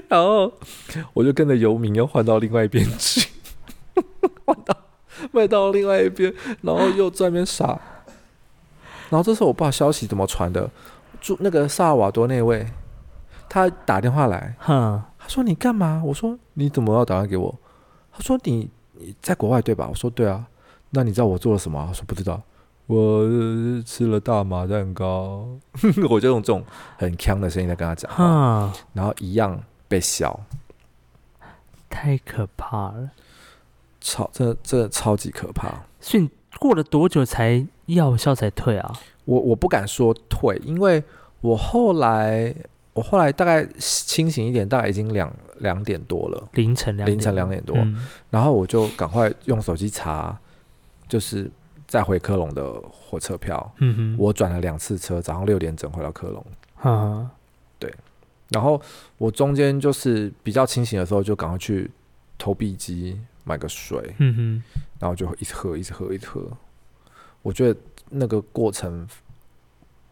S2: 然后我就跟着游民又换到另外一边去， 换到卖到另外一边，然后又在那边傻。然后这时候我爸消息怎么传的？住那个萨尔瓦多那位，他打电话来，
S1: 哼，
S2: 他说你干嘛？我说你怎么要打电话给我？他说你你在国外对吧？我说对啊。那你知道我做了什么啊？我说不知道。我呃吃了大麻蛋糕， 我就用这种很呛的声音在跟他讲话，
S1: 哼，
S2: 然后一样被笑，
S1: 太可怕了。
S2: 超这这超级可怕。
S1: 所以你过了多久才药效才退啊？
S2: 我我不敢说退，因为我后来我后来大概清醒一点，大概已经两两点多了，
S1: 凌晨两点
S2: 凌晨两点多，
S1: 嗯
S2: 然后我就赶快用手机查，就是再回科隆的火车票。
S1: 嗯哼，
S2: 我转了两次车，早上六点整回到科隆。
S1: 嗯
S2: 然后我中间就是比较清醒的时候，就赶快去投币机买个水，
S1: 嗯
S2: 然后就一直喝，一直喝，一直喝。我觉得那个过程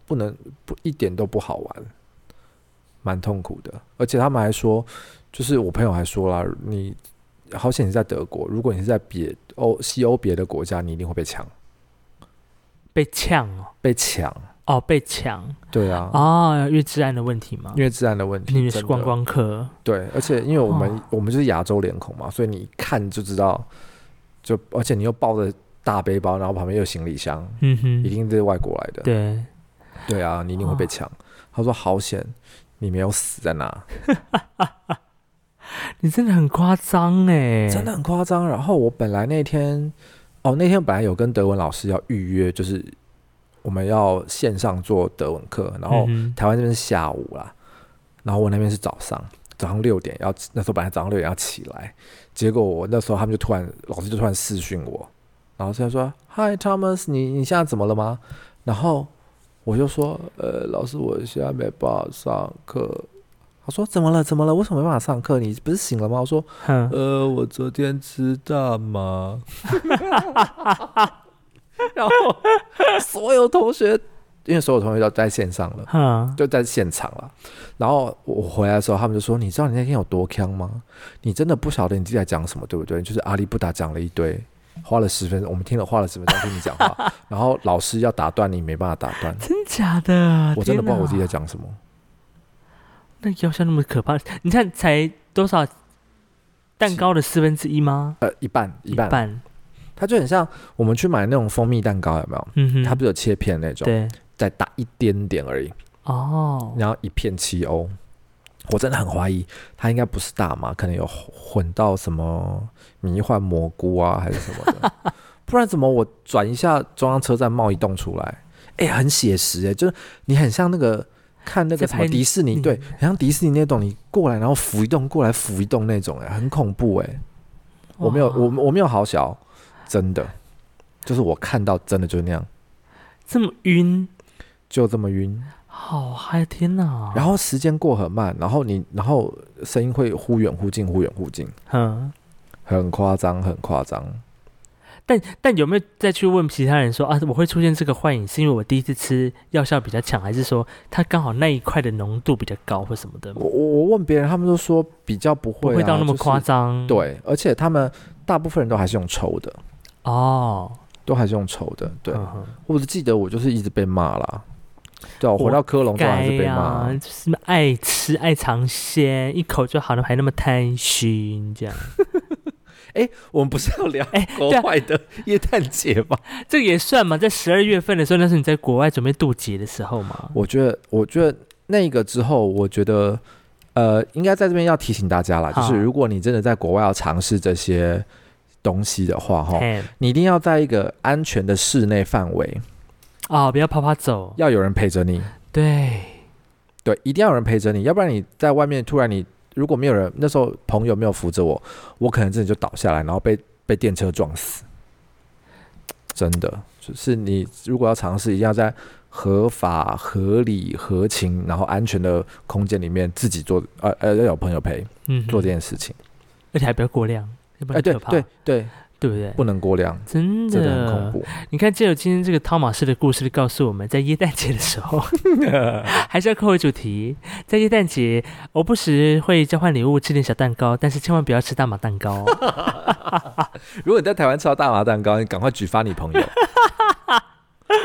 S2: 不能不一点都不好玩，蛮痛苦的。而且他们还说，就是我朋友还说啦，你好险你在德国，如果你是在别欧西欧别的国家，你一定会被抢，
S1: 哼，被呛哦，
S2: 被抢。
S1: 哦被抢
S2: 对啊，
S1: 哦，因为治安的问题吗？
S2: 因为治安的问题，
S1: 你们是
S2: 真的
S1: 观光客，
S2: 对，而且因为我们、
S1: 哦
S2: 我们就是亚洲脸孔嘛，所以你一看就知道，就而且你又抱着大背包，然后旁边有行李箱，
S1: 嗯
S2: 一
S1: 哼，
S2: 定是外国来的。
S1: 对，
S2: 对啊，你一定会被抢。他说好险，你没有死在哪，
S1: 你真的很夸张哎，
S2: 真的很夸张。然后我本来那天，哦，那天本来有跟德文老师要预约，就是我们要线上做德文课，然后
S1: 嗯哼
S2: 台湾这边是下午啦，然后我那边是早上，早上六点要那时候本来早上六点要起来，结果我那时候他们就突然老师就突然私讯我，然后他说：“嗨，Thomas，你你现在怎么了吗？”然后我就说：“呃，老师，我现在没办法上课。”他说：“怎么了？怎么了？为什么没办法上课？你不是醒了吗？”我说：“
S1: 哼，
S2: 呃，我昨天吃大麻， 然后所有同学，因为所有同学都在线上了。”
S1: 哼，，
S2: 就在现场了。然后我回来的时候，他们就说：“你知道你那天有多坑吗？你真的不晓得你自己在讲什么，对不对？就是阿里不达讲了一堆，花了十分钟，我们听了花了十分钟听你讲话，然后老师要打断你，没办法打断
S1: 真假的？
S2: 我真的不知道我自己在
S1: 天哪
S2: 讲什么。
S1: 那药效那么可怕，你看才多少？蛋糕的四分之一吗？
S2: 呃，一半一半，
S1: 半，
S2: 它就很像我们去买那种蜂蜜蛋糕，有没有？
S1: 嗯哼，
S2: 它不是有切片那种，
S1: 对
S2: 再打一点点而已，
S1: 哦，
S2: 然后一片七欧。”我真的很怀疑，它应该不是大麻，可能有混到什么迷幻蘑菇啊，还是什么的。 不然怎么我转一下中央车站贸易洞出来？哎、很写实哎、就是你很像那个看那个什
S1: 在
S2: 么
S1: 拍
S2: 迪士尼，
S1: 嗯
S2: 对，很像迪士尼那种，你过来然后扶一栋，过来扶一栋那种哎、很恐怖哎、我没有，
S1: 哇
S2: 我我没有好小，真的，就是我看到真的就是那样，
S1: 这么晕，
S2: 就这么晕。
S1: 好嗨！天哪！
S2: 然
S1: 后，
S2: 后时间过很慢，然后你，然后声音会忽远忽近，忽远忽近。
S1: 嗯，
S2: 很夸张，很夸张。
S1: 但但有没有再去问其他人说啊，我会出现这个幻影是因为我第一次吃药效比较强，还是说它刚好那一块的浓度比较高或什么的？
S2: 我我我问别人，他们都说比较不
S1: 不
S2: 会、啊，
S1: 会到那么
S2: 就是
S1: 夸张。
S2: 对，而且他们大部分人都还是用抽的，
S1: 哦，
S2: 都还是用抽的。对，
S1: 嗯哼
S2: 我只记得我就是一直被骂啦。对啊、我
S1: 活
S2: 回到科隆之后
S1: 该啊
S2: 还是被
S1: 呀、
S2: 骂。啊
S1: 就是爱吃爱尝鲜，一口就好了，还那么贪心，这样
S2: 我们不是要聊
S1: 哎
S2: 国
S1: 对啊
S2: 外的耶诞节吗？
S1: 这个也算嘛？在十二月份的时候，那是你在国外准备渡劫的时候嘛？
S2: 我觉得，我觉得那个之后，我觉得，呃，应该在这边要提醒大家啦，就
S1: 好
S2: 是如果你真的在国外要尝试这些东西的话，哈，
S1: 嘿
S2: 你一定要在一个安全的室内范围，
S1: 哦，不要啪啪走，
S2: 要有人陪着你。
S1: 对，
S2: 对，一定要有人陪着你，要不然你在外面突然你如果没有人，那时候朋友没有扶着我，我可能真的就倒下来，然后被被电车撞死。真的，就是你如果要尝试，一定要在合法、合理、合情，然后安全的空间里面自己做，呃呃，要有朋友陪
S1: 嗯哼，
S2: 做这件事情。
S1: 而且还不要过量，要不
S2: 哎、
S1: 然
S2: 对
S1: 可怕，
S2: 对对，
S1: 对不对？
S2: 不能过量，
S1: 真
S2: 真的很恐
S1: 的，
S2: 怖。
S1: 你看，借由今天这个汤马士的故事，告诉我们在耶诞节的时候，还是要扣回主题。在耶诞节，我不时会交换礼物，吃点小蛋糕，但是千万不要吃大麻蛋糕哦。
S2: 如果你在台湾吃到大麻蛋糕，你赶快举发你朋 友，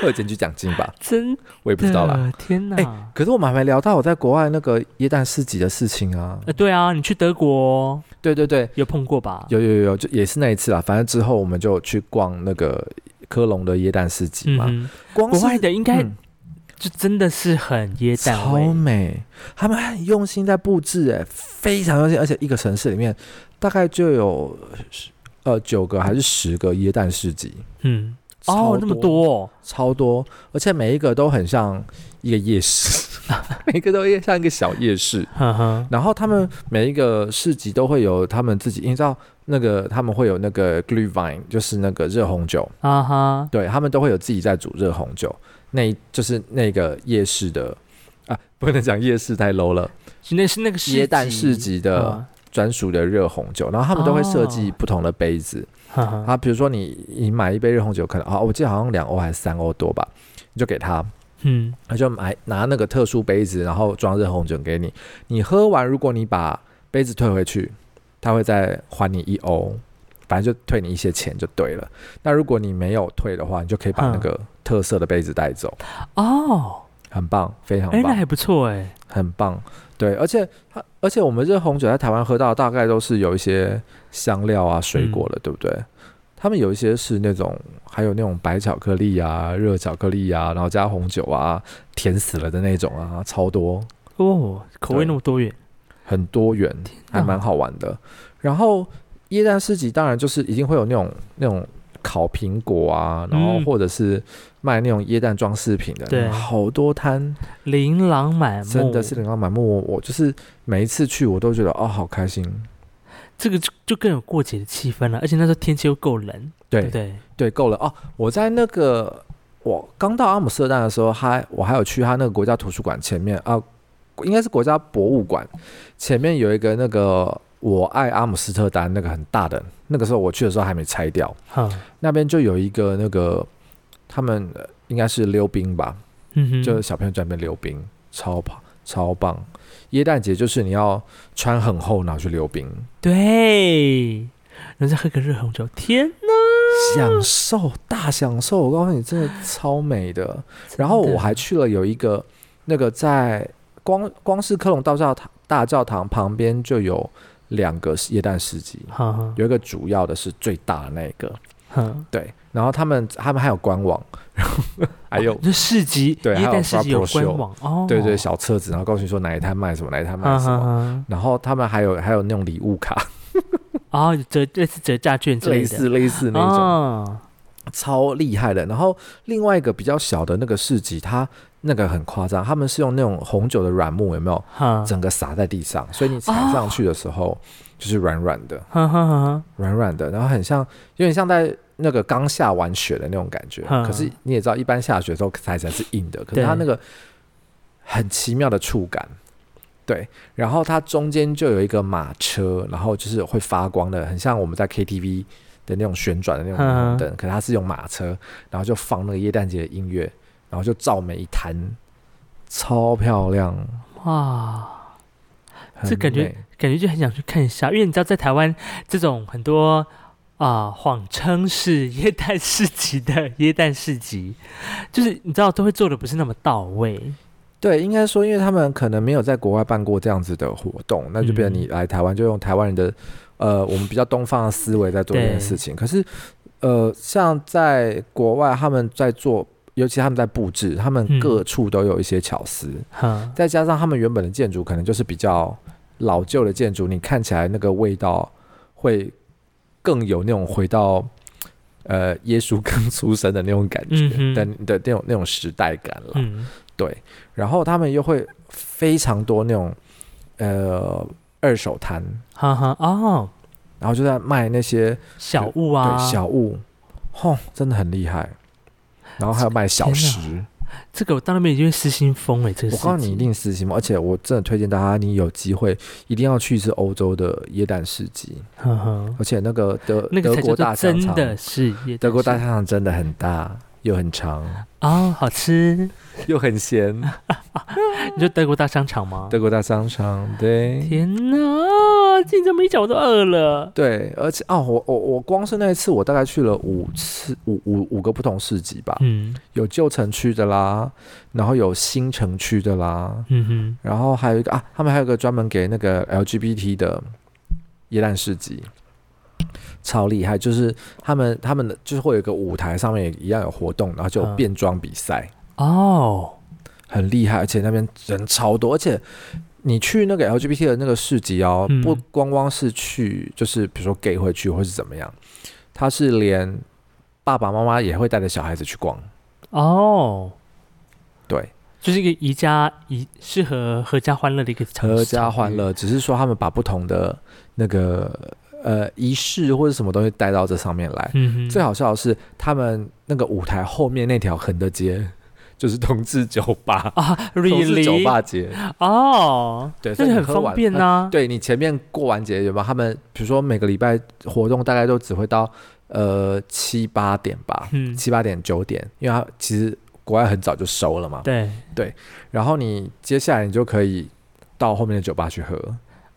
S2: 会有检举奖金吧？
S1: 真
S2: 我也不知道啦。
S1: 的，天哪！
S2: 哎可是我们还没聊到我在国外那个耶诞市集的事情啊。
S1: 呃，对啊，你去德国
S2: 对对对，
S1: 有碰过吧？
S2: 有有有，就也是那一次啦。反正之后我们就去逛那个科隆的耶诞市集
S1: 嗯
S2: 嘛。
S1: 哼，
S2: 光
S1: 国
S2: 是
S1: 外的应该
S2: 嗯
S1: 就真的是很耶诞
S2: 超
S1: 味，
S2: 美，他们很用心在布置，哎，非常用心。而且一个城市里面大概就有呃九个还是十个耶诞市集，
S1: 嗯，
S2: 超
S1: 哦，那么多哦，
S2: 超多，而且每一个都很像一个夜市， 每一个都像一个小夜市。
S1: 呵呵，
S2: 然后他们每一个市集都会有他们自己，因为你知道那个他们会有那个 glühwein，就是那个热红酒，
S1: 啊哈，
S2: 对他们都会有自己在煮热红酒，那一就是那个夜市的啊， 不能讲夜市太 low 了，
S1: 是那是那个市
S2: 耶诞
S1: 集
S2: 市，集的
S1: 嗯
S2: 专属的热红酒，然后他们都会设计
S1: 哦
S2: 不同的杯子，
S1: 呵呵，
S2: 啊，比如说你你买一杯热红酒，可能啊，我记得好像两欧还是三欧多吧，你就给他，
S1: 嗯，
S2: 他就买拿那个特殊杯子，然后装热红酒给你。你喝完，如果你把杯子退回去，他会再还你一欧，反正就退你一些钱就对了。那如果你没有退的话，你就可以把
S1: 嗯
S2: 那个特色的杯子带走，
S1: 哦，
S2: 很棒，非常
S1: 哎，那
S2: 棒
S1: 还，不错哎，
S2: 很棒。对，而且它而且我
S1: 嗯
S2: 们热红酒在台湾喝到的大概都是有一些香料啊、水果了，对不对？他们有一些是那种，还有那种白巧克力啊、热巧克力啊，然后加红酒啊，甜死了的那种啊，超多，
S1: 哦，口味那么多元，
S2: 很多元，还蛮好玩的。然后耶诞市集当然就是一定会有那种那种烤苹果啊，然后
S1: 嗯
S2: 或者是卖那种耶诞装饰品的，
S1: 对
S2: 好多摊，
S1: 琳琅满目，
S2: 真的是琳琅满目。我我就是每一次去，我都觉得哦，好开心。
S1: 这个就就更有过节的气氛了，而且那时候天气又够冷，
S2: 对
S1: 对不对？
S2: 对，够了哦。我在那个我刚到阿姆斯特丹的时候，还我还有去他那个国家图书馆前面啊，应该是国家博物馆前面有一个那个“我爱阿姆斯特丹”那个很大的，那个时候我去的时候还没拆掉，
S1: 哈，
S2: 那边就有一个那个他们呃应该是溜冰吧，
S1: 嗯哼，
S2: 就是小朋友在那边溜冰，超棒超棒。耶诞节就是你要穿很厚，然后去溜冰，
S1: 对，然后再喝个热红酒，天哪！
S2: 享受大享受。我告诉你，真的超美的。然后我还去了有一个那个在光光是科隆大教堂大教堂旁边就有两个耶诞市集，
S1: 哈哈
S2: 有一个主要的是最大的那一个，
S1: 哈，
S2: 对。然后他们他们还有官网，然后还有
S1: 哦。这市集，
S2: 对还
S1: 耶
S2: 有
S1: 诞市集
S2: Fabro
S1: 有官
S2: Show
S1: 网哦，
S2: 对对，小册子，然后告诉你说哪一摊卖什么，哪一摊卖
S1: 哈
S2: 什
S1: 啊哈
S2: 么。
S1: 哈，
S2: 然后他们还有还有那种礼物卡，
S1: 哦，有折类似折价券之类
S2: 类
S1: 的，
S2: 似类似那种，
S1: 哦，
S2: 超厉害的。然后另外一个比较小的那个市集，它那个很夸张，他们是用那种红酒的软木，有没有？
S1: 哈，
S2: 整个撒在地上，所以你踩上去的时候、就是软软的，
S1: 哈哈哈
S2: 软软的，然后很像，有点像在那个刚下完雪的那种感觉。
S1: 嗯
S2: 可是你也知道，一般下雪的时候踩起来是硬的，可是它那个很奇妙的触感。对，然后它中间就有一个马车，然后就是会发光的，很像我们在 KTV 的那种旋转的那种霓虹灯，可是它是用马车，然后就放那个耶诞节的音乐，然后就照每一摊，超漂亮，
S1: 哈，哇。
S2: 很
S1: 这感觉
S2: 美
S1: 感觉就很想去看一下，因为你知道在台湾这种很多啊、谎称是耶诞市集的耶诞市集，就是你知道都会做的不是那么到位，
S2: 对，应该说，因为他们可能没有在国外办过这样子的活动，那就变成
S1: 嗯
S2: 你来台湾就用台湾人的，呃，我们比较东方的思维在做这件事情。可是，呃，像在国外，他们在做，尤其他们在布置，他们
S1: 嗯
S2: 各处都有一些巧思，
S1: 哈，
S2: 再加上他们原本的建筑可能就是比较老旧的建筑，你看起来那个味道会更有那种回到。呃，耶稣刚出生的那种感觉
S1: 嗯哼
S2: 的、的那种那种时代感了。
S1: 嗯，
S2: 对，然后他们又会非常多那种呃二手摊，
S1: 哈哈，哦，
S2: 然后就在卖那些、
S1: 小物啊，
S2: 对小物，吼，真的很厉害。然后还有卖小食，
S1: 这个我到那边已经会失心疯哎，这个
S2: 我告诉
S1: 市
S2: 你
S1: 集
S2: 一定私心，而且我真的推荐大家，你有机会一定要去一次欧洲的耶诞市集，
S1: 哈哈，
S2: 而且那个德
S1: 那个
S2: 德
S1: 才
S2: 国
S1: 叫
S2: 大
S1: 做
S2: 教
S1: 真
S2: 堂，
S1: 的是耶诞市集，
S2: 德国大教堂真的很大，又很长，
S1: 哦，好吃，
S2: 又很咸。
S1: 你说德国大商场吗？
S2: 德国大商场，对，
S1: 天哪，听你这么一讲我都饿了，
S2: 对，而且哦，我我我光是那一次，我大概去了五次，五五五个不同市集吧，
S1: 嗯
S2: 有旧城区的啦，然后有新城区的啦，
S1: 嗯哼，
S2: 然后还有一个啊，他们还有一个专门给那个 LGBT 的耶诞市集，超厉害，就是他们他们的就是会有一个舞台，上面也一样有活动，然后就有
S1: 嗯
S2: 变装比赛，
S1: 哦，
S2: 很厉害，而且那边人超多，而且你去那个 LGBT 的那个市集哦，
S1: 嗯
S2: 不光光是去，就是比如说 gay 会去，或是怎么样，他是连爸爸妈妈也会带着小孩子去逛，
S1: 哦。
S2: 对，
S1: 就是一个宜家宜适合合家欢乐的一个场
S2: 合家欢。
S1: 场域
S2: 乐，只是说他们把不同的那个呃仪式或者什么东西带到这上面来。
S1: 嗯哼，
S2: 最好笑的是，他们那个舞台后面那条横的街，就是同志酒吧，
S1: 啊，
S2: 同志酒
S1: really
S2: 吧街，
S1: 哦，
S2: 对，所
S1: 那
S2: 以
S1: 就很
S2: 你喝
S1: 方
S2: 完
S1: 便啊呐、
S2: 对你前面过完节有没有？他们比如说每个礼拜活动大概都只会到呃七八点吧，
S1: 嗯，
S2: 七八点九点，因为它其实国外很早就收了嘛。
S1: 对，
S2: 然后你接下来你就可以到后面的酒吧去喝，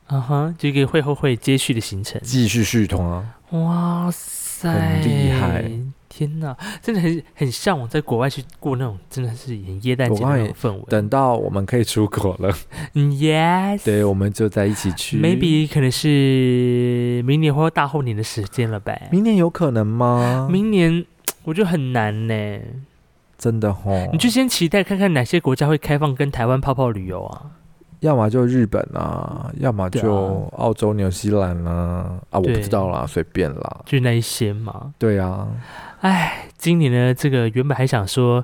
S1: 啊哈，就一个会后会接续的行程。
S2: 继续续通啊。
S1: 哇塞，
S2: 很厉害，
S1: 天哪，真的很很向往在国外去过那种真的是很耶诞节
S2: 国
S1: 的
S2: 外
S1: 那种氛围。
S2: 等到我们可以出国 了，
S1: 嗯，yes，
S2: 对，我们就在一起去。
S1: ，maybe 可能是明年或大后年的时间了呗。
S2: 明年有可能吗？
S1: 明年我觉得很难呢、
S2: 真的吼，
S1: 你就先期待看看哪些国家会开放跟台湾泡泡旅游啊。
S2: 要么就日本啊，要么
S1: 对啊
S2: 就澳洲、纽西兰啦、啊，我不
S1: 对
S2: 知道啦，随便啦。
S1: 就那一些嘛。
S2: 对啊，
S1: 哎，今年呢，这个原本还想说，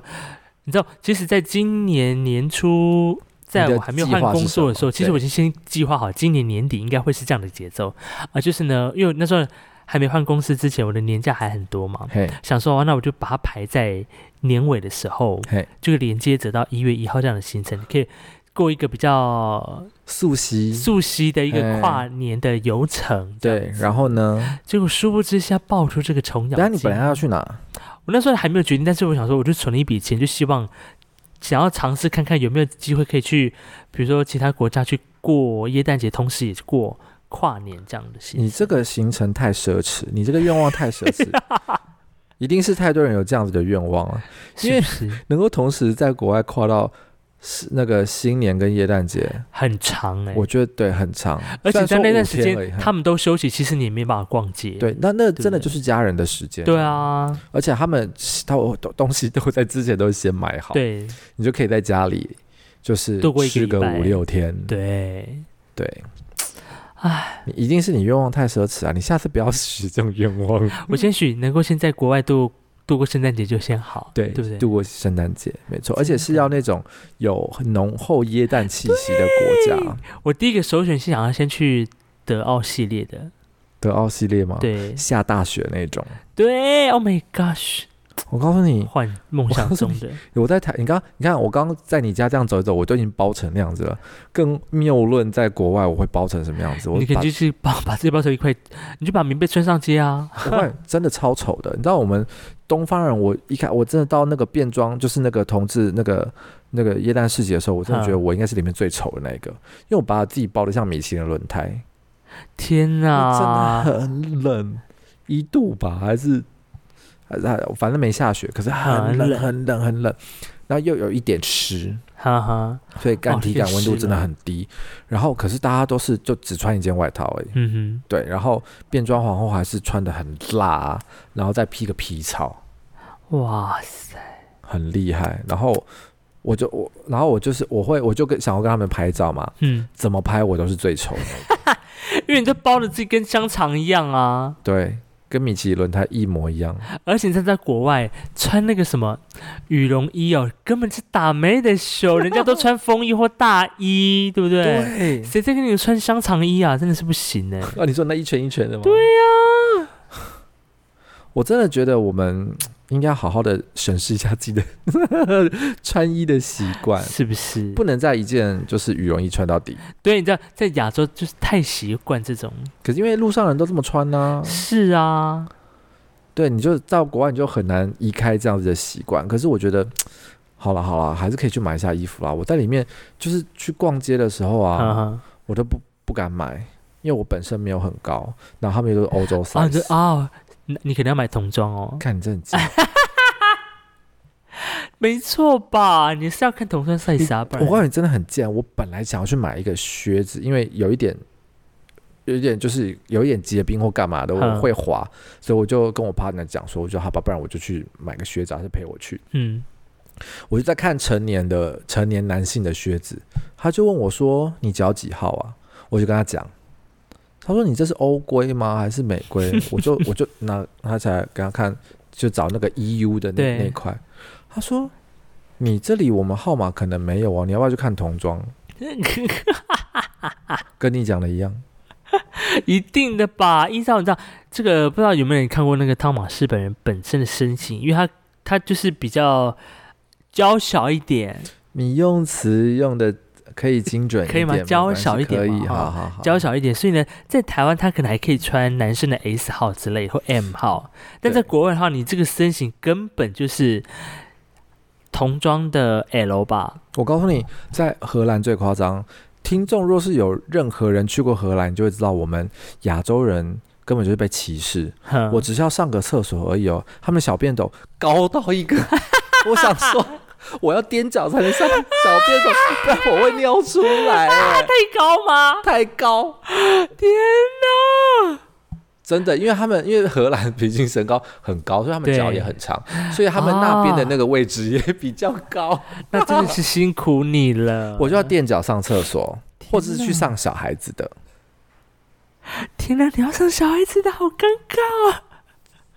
S1: 你知道，其实在今年年初，在
S2: 你的
S1: 我还没有
S2: 计划
S1: 换工
S2: 是什
S1: 作
S2: 么
S1: 的时候，其实
S2: 对
S1: 我已经先计划好，今年年底应该会是这样的节奏啊。就是呢，因为那时候还没换公司之前，我的年假还很多嘛，
S2: 嘿，
S1: 想说、啊、那我就把它排在年尾的时候
S2: 嘿，
S1: 就连接着到一月一号这样的行程，可以过一个比较
S2: 素席
S1: 溯溪的一个
S2: 嘿
S1: 跨年的游程。这
S2: 对
S1: 样，子
S2: 然后呢？
S1: 结果殊不知现在爆出这个虫咬
S2: 等下你
S1: 金
S2: 本来要去哪？
S1: 我那时候还没有决定，但是我想说，我就存了一笔钱，就希望想要尝试看看有没有机会可以去，比如说其他国家去过耶诞节，同时也过跨年这样的事
S2: 你
S1: 情。
S2: 这个行程太奢侈，你这个愿望太奢 侈，一定是太多人有这样子的愿望了。
S1: 是不 是
S2: 能够同时在国外跨到是那个新年跟耶诞节，
S1: 很长哎、
S2: 我觉得对很长，
S1: 而且在那段时
S2: 虽然说五天而已
S1: 间
S2: 哈
S1: 他们都休息，其实你也没办法逛街。
S2: 对，那那
S1: 不
S2: 真的
S1: 对
S2: 就是家人的时间。
S1: 对，啊，
S2: 而且他们都都东西都在之前都先买好，
S1: 对
S2: 你就可以在家里就是
S1: 度过一个
S2: 吃
S1: 礼
S2: 个
S1: 拜
S2: 五六天。
S1: 对，
S2: 对，
S1: 唉，
S2: 你一定是你愿望太奢侈啊！你下次不要许这种愿望。
S1: 我先许能够先在国外度度过圣诞节就先好，
S2: 对，
S1: 对不对？
S2: 度过圣诞节，没错，
S1: 真的
S2: 而且是要那种有浓厚耶诞气息的国家。
S1: 我第一个首选是想要先去德奥系列的，
S2: 德奥系列吗？，
S1: 对
S2: 下大雪那种。
S1: 对，Oh my gosh！
S2: 我告诉你，
S1: 幻梦想中的，
S2: 我在台，你刚你看我刚刚在你家这样走一走，我都已经包成那样子了。更谬论，在国外我会包成什么样子？我
S1: 你可
S2: 把
S1: 能就是把把自己包成一块，你就把棉被穿上街啊。
S2: 我看真的超丑的。你知道我们东方人，我一开我真的到那个变装，就是那个同志那个那个耶诞市集的时候，我真的
S1: 嗯
S2: 觉得我应该是里面最丑的那一个，因为我把自己包的像米其林轮胎，
S1: 天
S2: 真
S1: 哪，
S2: 的很冷，一度吧，还是还是还反正没下雪，可是很
S1: 很
S2: 冷
S1: 冷
S2: 很冷很冷，然后又有一点湿，
S1: 哈哈，
S2: 所以
S1: 哦
S2: 干体感
S1: 也
S2: 温度
S1: 是
S2: 真的
S1: 啦
S2: 很低。然后可是大家都是就只穿一件外套而已，
S1: 嗯
S2: 对，然后变装皇后还是穿的很辣，啊然后再披个皮草。
S1: 哼，哇塞，
S2: 很厉害。然后我就我，然后我就是我会，我就跟想要跟他们拍照嘛，
S1: 嗯，
S2: 怎么拍我都是最丑的，
S1: 因为你就包的自己跟香肠一样啊，
S2: 对，跟米奇轮胎一模一样。
S1: 而且你在在国外穿那个什么羽绒衣哦，根本是打没得秀，人家都穿风衣或大衣，对不对？
S2: 对，
S1: 谁在跟你穿香肠衣啊？真的是不行呢、
S2: 啊，你说那一圈一圈的吗？对呀、我真的觉得我们应该好好的审视一下自己的 穿衣的习惯。
S1: 是不是？
S2: 不能再一件就是羽绒衣穿到底，
S1: 对，你知道在亚洲就是太习惯这种，
S2: 可是因为路上人都这么穿呢、
S1: 是啊，
S2: 对，你就到国外你就很难移开这样子的习惯。可是我觉得，好了好了，还是可以去买一下衣服啦。我在里面就是去逛街的时候
S1: 哈
S2: 啊，
S1: 哈。
S2: 我都不不敢买，因为我本身没有很高，然后他们也都是欧洲
S1: 啊，你就
S2: size。
S1: 啊，你你肯定要买童装哦，
S2: 看你真的很贱
S1: 没错吧？你是要看童装 size 啊，不
S2: 我告诉
S1: 然
S2: 你真的很贱。我本来想要去买一个靴子，因为有一点。有一点就是有一点结冰或干嘛的，
S1: 嗯
S2: 我会滑，所以我就跟我 partner 讲说，我就好吧，不然我就去买个靴子，还是陪我去。
S1: 嗯，
S2: 我就在看成年的成年男性的靴子，他就问我说：“你脚几号啊？”我就跟他讲，他说：“你这是欧规吗？还是美规？” 我就我就拿他起来给他看，就找那个 EU 的
S1: 对
S2: 那那块。他说：“你这里我们号码可能没有哦，你要不要去看童装？”跟你讲的一样，
S1: 一定的吧？依照你知道这个，不知道有没有人看过那个汤马士本人本身的身形，因为他他就是比较娇小一点，
S2: 你用词用的可以精准一
S1: 可以
S2: 点，
S1: 吗
S2: 没关系
S1: 娇小一点
S2: 可
S1: 嘛
S2: 以，
S1: 哈
S2: 好好好，
S1: 娇小一点，所以呢，在台湾他可能还可以穿男生的 S 号之类或 M 号，但在
S2: 对
S1: 国外的话，你这个身形根本就是童装的 L 吧？
S2: 我告诉你，在荷兰最夸张。听众若是有任何人去过荷兰，你就会知道我们亚洲人根本就是被歧视。
S1: 哼
S2: 我只是要上个厕所而已哦，他们小便斗高到一个，我想说我要踮脚才能上小便斗，不然我会尿出来哎，
S1: 太高吗？
S2: 太高。
S1: 天哪！
S2: 真的，因为他们因为荷兰平均身高很高，所以他们脚
S1: 对
S2: 也很长，所以他们那边的那个位置也比较高。
S1: 那真的是辛苦你了。
S2: 我就要垫脚上厕所，或者是去上小孩子的。
S1: 天哪，你要生小孩子的好尴尬啊！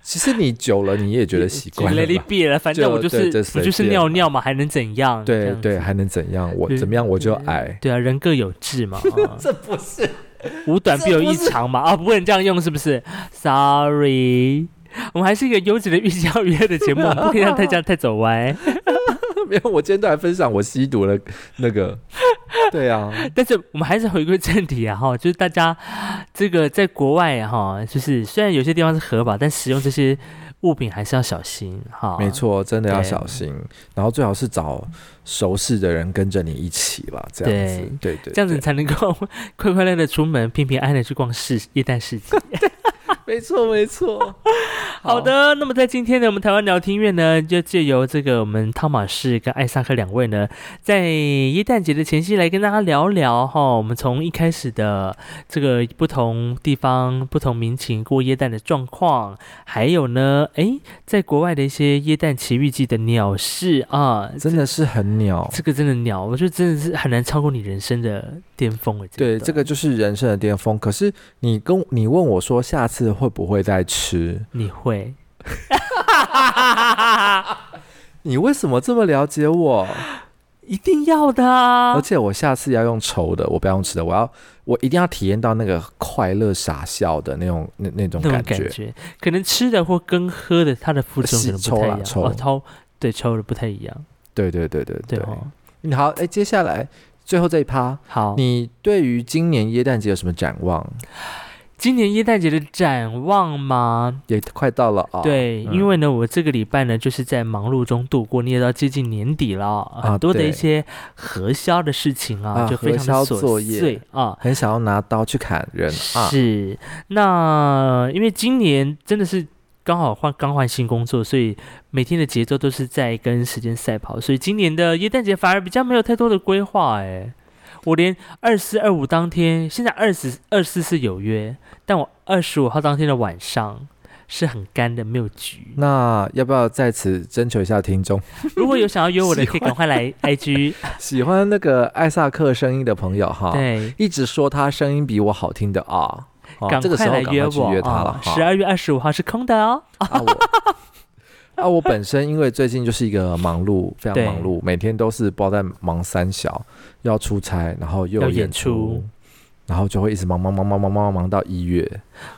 S2: 其实你久了你也觉得习惯了
S1: Let
S2: 吧
S1: it？be 了，反正
S2: 就
S1: 我就
S2: 对
S1: 是
S2: 就随
S1: 我
S2: 便
S1: 就是尿尿嘛，还能怎样？这
S2: 对
S1: 样子
S2: 对，还能怎样？我
S1: 对
S2: 怎么样我就矮。
S1: 对啊，人各有志 嘛，啊
S2: 这不是
S1: 五短必有一长嘛，啊，不能这样用是不是？Sorry。我们还是一个优质的寓教于乐的节目，我们不可以让大家太走歪。
S2: 没有，我今天都还分享我吸毒的 那个。对啊，
S1: 但是我们还是回归正题啊，哈，就是大家这个在国外哈，就是虽然有些地方是合法，但使用这些物品还是要小心哈。
S2: 没，错，真的要
S1: 啊对
S2: 小心，然后最好是找熟识的人跟着你一起啦，这样子，对对，
S1: 这样子
S2: 对
S1: 你才能够 快快乐乐出门，平平安安的去逛市夜店市集。
S2: 没错没错。
S1: 好的，那么在今天呢，我们台湾聊天院呢，就借由这个我们汤马士跟艾萨克两位呢，在耶诞节的前夕来跟大家聊聊哈，我们从一开始的这个不同地方、不同民情过耶诞的状况，还有呢，诶，在国外的一些耶诞奇遇记的鸟事啊，
S2: 真的是很鸟。
S1: 这个真的鸟，我觉得真的是很难超过你人生的巅峰诶。真
S2: 对，
S1: 的
S2: 这个就是人生的巅峰。可是你跟你问我说，下次会不会再吃？
S1: 你会。
S2: 你为什么这么了解我？
S1: 一定要的啊！
S2: 而且我下次要用稠的，我不要用吃的，我要我一定要体验到那个快乐傻笑的那种那那种
S1: 那种
S2: 感
S1: 感
S2: 觉。
S1: 觉，可能吃的或跟喝的，它的副作用可能
S2: 是
S1: 不太一
S2: 抽啦
S1: 样，
S2: 抽
S1: 哦，抽对抽的不太一样，
S2: 对对对对
S1: 对
S2: 对。
S1: 哦。
S2: 嗯好，哎，接下来最后这一趴，
S1: 好，
S2: 你对于今年耶诞节有什么展望？
S1: 今年耶诞节的展望吗？
S2: 也快到了啊、
S1: 对，
S2: 嗯
S1: 因为呢，我这个礼拜呢，就是在忙碌中度过，你也到接近年底了，很多的
S2: 啊对
S1: 一些核销的事情啊，
S2: 啊
S1: 就非常的
S2: 核销
S1: 琐
S2: 作业
S1: 碎啊。
S2: 很想要拿刀去砍人啊！。
S1: 是，那因为今年真的是刚好换刚换新工作，所以每天的节奏都是在跟时间赛跑，所以今年的耶诞节反而比较没有太多的规划。哎，我连二四二五当天，现在二十二四是有约，但我二十五号当天的晚上。是很干的，没有局
S2: 那要不要在此征求一下听众？
S1: 如果有想要约我的，
S2: 喜
S1: 可以赶快来 IG。
S2: 喜欢那个艾萨克声音的朋友哈，
S1: 对，
S2: 一直说他声音比我好听的啊，哦
S1: 赶
S2: 这个
S1: 快
S2: 时候
S1: 来
S2: 赶
S1: 约
S2: 快去
S1: 我
S2: 约他
S1: 啊
S2: 了！
S1: 十
S2: 哈。
S1: 二月二十五号是空的哦。
S2: 啊我啊我本身因为最近就是一个忙碌，非常
S1: 对
S2: 忙碌，每天都是包在忙三小，又要出差，然后又
S1: 要
S2: 有
S1: 演
S2: 演
S1: 出
S2: 出，然后就会一直忙忙忙忙忙忙忙忙到一月，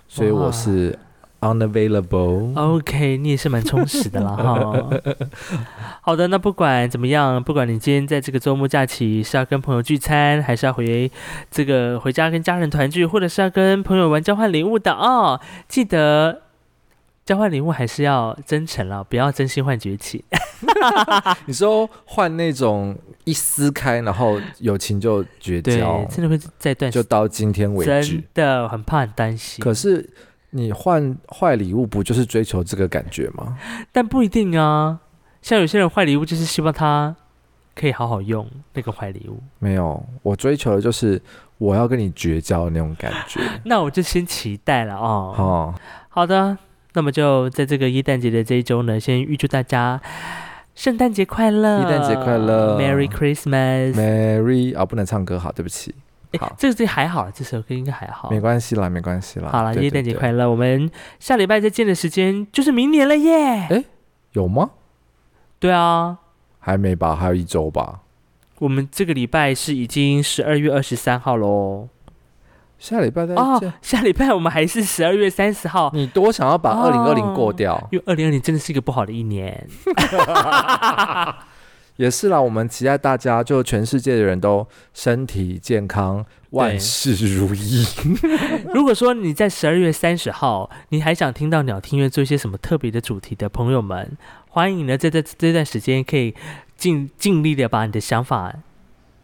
S2: 所以
S1: 哇啊
S2: 我是 unavailable。
S1: OK，你也是蛮充实的啦哈。 好的，那不管怎么样，不管你今天在这个周末假期是要跟朋友聚餐，还是要回这个回家跟家人团聚，或者是要跟朋友玩交换礼物的哦，记得交换礼物还是要真诚了，不要真心换绝情。
S2: 你说换那种一撕开，然后友情就绝
S1: 对
S2: 交，，
S1: 真的会再断
S2: 就到今天为止
S1: 真。的很怕很担心，
S2: 可是你换坏礼物，不就是追求这个感觉吗？
S1: 但不一定啊。像有些人坏礼物就是希望他可以好好用那个坏礼物。
S2: 没有，我追求的就是我要跟你绝交的那种感觉。
S1: 那我就先期待了哦。
S2: 哦，
S1: 好的，那么就在这个耶诞节的这一周呢，先预祝大家圣诞节快乐，
S2: 耶诞节快乐
S1: ，Merry Christmas。
S2: Mary 啊、不能唱歌，好，对不起，
S1: 诶
S2: 好
S1: 这个这个还好，这首歌应该还好
S2: 没。关系啦，没关系啦。
S1: 好了，
S2: 对
S1: 耶诞节，
S2: 对对
S1: 快乐！我们下礼拜再见的时间就是明年了耶。
S2: 诶有吗？
S1: 对啊，
S2: 还没吧，还有一周吧。
S1: 我们这个礼拜是已经十二月二十三号喽。
S2: 下礼拜再见。
S1: 哦，下礼拜我们还是十二月三十号，
S2: 你多想要把
S1: 哦
S2: 二零二零过掉，
S1: 因为二零二零真的是一个不好的一年。
S2: 也是啦。我们期待大家，就全世界的人都身体健康，万事如意。
S1: 如果说你在十二月三十号，你还想听到鸟听乐做一些什么特别的主题的朋友们，欢迎呢在这这段时间可以尽尽力的把你的想法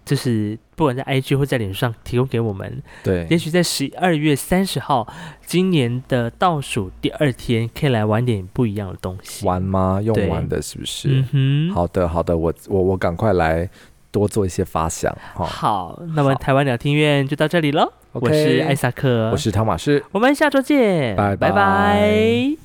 S1: 就是不管在 IG 或在脸书上提供给我们。
S2: 对
S1: 也许在十二月三十号，今年的倒数第二天，可以来玩点不一样的东西。
S2: 玩吗？用
S1: 对
S2: 玩的是不是？
S1: 嗯哼，
S2: 好的，好的，我我我赶快来多做一些发想哈。
S1: 好，那么
S2: 好
S1: 台湾聊天院就到这里喽。我是
S2: OK，
S1: 艾萨克，
S2: 我是汤马士。
S1: 我们下周见，
S2: 拜
S1: 拜
S2: 拜
S1: 拜